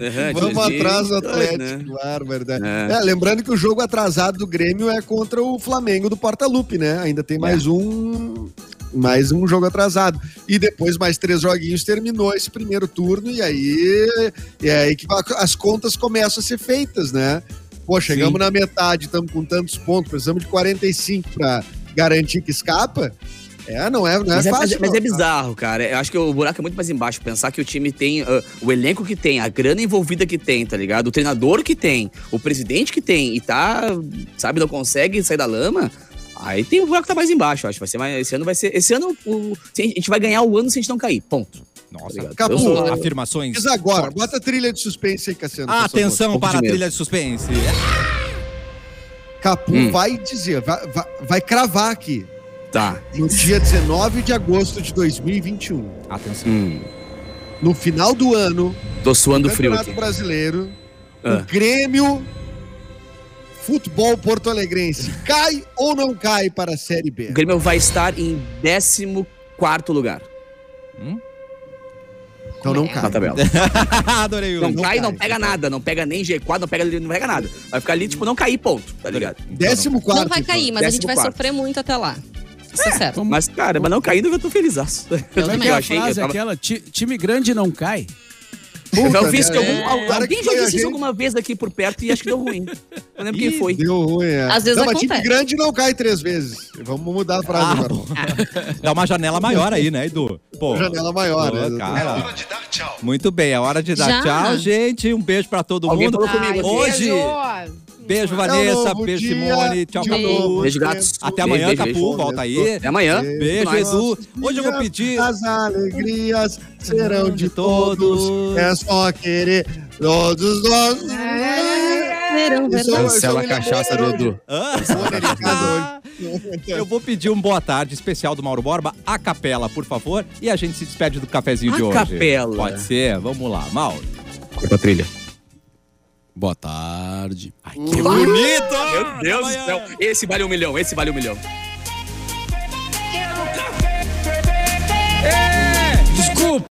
Speaker 3: Aham,
Speaker 5: Vamos
Speaker 3: Diniz,
Speaker 5: atrás do
Speaker 3: dois, né?
Speaker 5: Atlético, claro, verdade.
Speaker 3: É.
Speaker 5: É, lembrando que o jogo atrasado do Grêmio é contra o Flamengo do Porta-Lupe, né? Ainda tem mais
Speaker 3: É.
Speaker 5: um mais um jogo atrasado. E depois mais três joguinhos, terminou esse primeiro turno e aí, e aí que as contas começam a ser feitas, né? Pô, chegamos na metade, estamos com tantos pontos, precisamos de 45 para garantir que escapa. É, não é, não é
Speaker 3: Mas é, mas,
Speaker 5: fácil.
Speaker 3: mas
Speaker 5: não.
Speaker 3: é bizarro, cara. Eu acho que o buraco é muito mais embaixo. Pensar que o time tem ah, o elenco que tem, a grana envolvida que tem, tá ligado? O treinador que tem, o presidente que tem e tá, sabe, não consegue sair da lama. Aí tem o buraco que tá mais embaixo, eu acho. Vai ser mais, esse ano vai ser. Esse ano o- se a gente vai ganhar o ano se a gente não cair. Ponto. Tá
Speaker 1: Nossa,
Speaker 3: ligado?
Speaker 5: Capu,
Speaker 3: Eu sou-
Speaker 1: afirmações.
Speaker 5: Diz agora, bota a trilha de suspense aí,
Speaker 3: Ah,
Speaker 5: Cassiano. por favor.
Speaker 1: Atenção
Speaker 3: pouco
Speaker 1: para a
Speaker 3: de medo.
Speaker 1: trilha de suspense.
Speaker 5: Capu
Speaker 3: Hum.
Speaker 5: vai dizer, vai, vai- vai cravar aqui,
Speaker 3: Tá.
Speaker 5: no dia 19 de agosto de 2021,
Speaker 1: Atenção.
Speaker 3: Hum,
Speaker 5: no final do ano,
Speaker 3: tô suando
Speaker 5: no
Speaker 3: frio
Speaker 5: Campeonato
Speaker 3: aqui.
Speaker 5: Brasileiro,
Speaker 3: Ah.
Speaker 5: o Grêmio Futebol Porto Alegrense cai ou não cai para a Série
Speaker 3: O
Speaker 5: B?
Speaker 3: Grêmio vai estar em 14 lugar
Speaker 5: Então
Speaker 2: É.
Speaker 5: não cai.
Speaker 3: na tabela.
Speaker 1: Adorei o.
Speaker 3: Não
Speaker 5: não
Speaker 3: cai, não
Speaker 5: cai.
Speaker 3: pega nada. Não pega nem G4, não pega, não pega nada. Vai ficar ali, tipo, não cair, ponto, tá ligado?
Speaker 5: Décimo quarto. então.
Speaker 2: Não vai cair, mas a gente vai
Speaker 3: quarto.
Speaker 2: sofrer muito até lá. Isso é certo.
Speaker 6: Vamos-
Speaker 3: Mas, cara, mas não caindo, eu tô felizaço.
Speaker 2: Eu
Speaker 6: Como é
Speaker 2: também.
Speaker 6: que é a
Speaker 3: achei, eu
Speaker 6: frase
Speaker 3: tava-
Speaker 6: aquela? Ti- time grande não cai.
Speaker 3: Eu já ouvi
Speaker 5: né?
Speaker 3: isso de algum. al-
Speaker 5: Para que
Speaker 3: Alguém já
Speaker 5: foi a
Speaker 3: disse isso
Speaker 5: gente.
Speaker 3: alguma vez daqui por perto e acho que deu ruim. Não lembro quem
Speaker 5: Ih,
Speaker 3: foi.
Speaker 5: Deu ruim, é.
Speaker 2: Às vezes
Speaker 5: não, mas time
Speaker 2: acontece.
Speaker 5: grande não cai três vezes. Vamos mudar a frase,
Speaker 1: Ah,
Speaker 5: agora.
Speaker 1: pô. Dá uma janela maior aí, né, Edu? Pô,
Speaker 5: Janela maior,
Speaker 1: pô,
Speaker 5: né?
Speaker 1: cara.
Speaker 3: É
Speaker 1: Muito bem, é hora de dar
Speaker 2: Já?
Speaker 1: tchau, gente. Um beijo pra todo
Speaker 3: Alguém
Speaker 1: mundo.
Speaker 3: falou comigo.
Speaker 1: Hoje, beijo,
Speaker 5: É um
Speaker 1: Vanessa.
Speaker 5: novo
Speaker 1: Beijo,
Speaker 5: dia,
Speaker 1: Simone. Tchau,
Speaker 5: de
Speaker 1: Capu.
Speaker 5: novo
Speaker 3: Beijo,
Speaker 5: tempo.
Speaker 3: gatos.
Speaker 1: Até amanhã,
Speaker 3: Beijo,
Speaker 1: Capu.
Speaker 3: beijo,
Speaker 5: beijo.
Speaker 1: volta aí.
Speaker 3: Até amanhã.
Speaker 1: Beijo,
Speaker 3: Nice.
Speaker 1: Edu. Hoje eu vou pedir. Hum,
Speaker 5: As alegrias serão de
Speaker 1: De todos.
Speaker 5: todos. É só querer todos nós.
Speaker 2: Verão,
Speaker 5: Isso é
Speaker 2: verão.
Speaker 5: Cancela a cachaça do Edu.
Speaker 1: Hã?
Speaker 5: Ah.
Speaker 1: Eu vou pedir um boa tarde especial do Mauro Borba, a capela, por favor. E a gente se despede do cafezinho
Speaker 3: A
Speaker 1: de hoje.
Speaker 3: capela.
Speaker 1: Pode ser? Vamos lá, Mauro.
Speaker 3: Corta a trilha.
Speaker 6: Boa tarde.
Speaker 1: Que bonito!
Speaker 3: Meu Deus do céu. Esse vale um milhão, esse vale um milhão.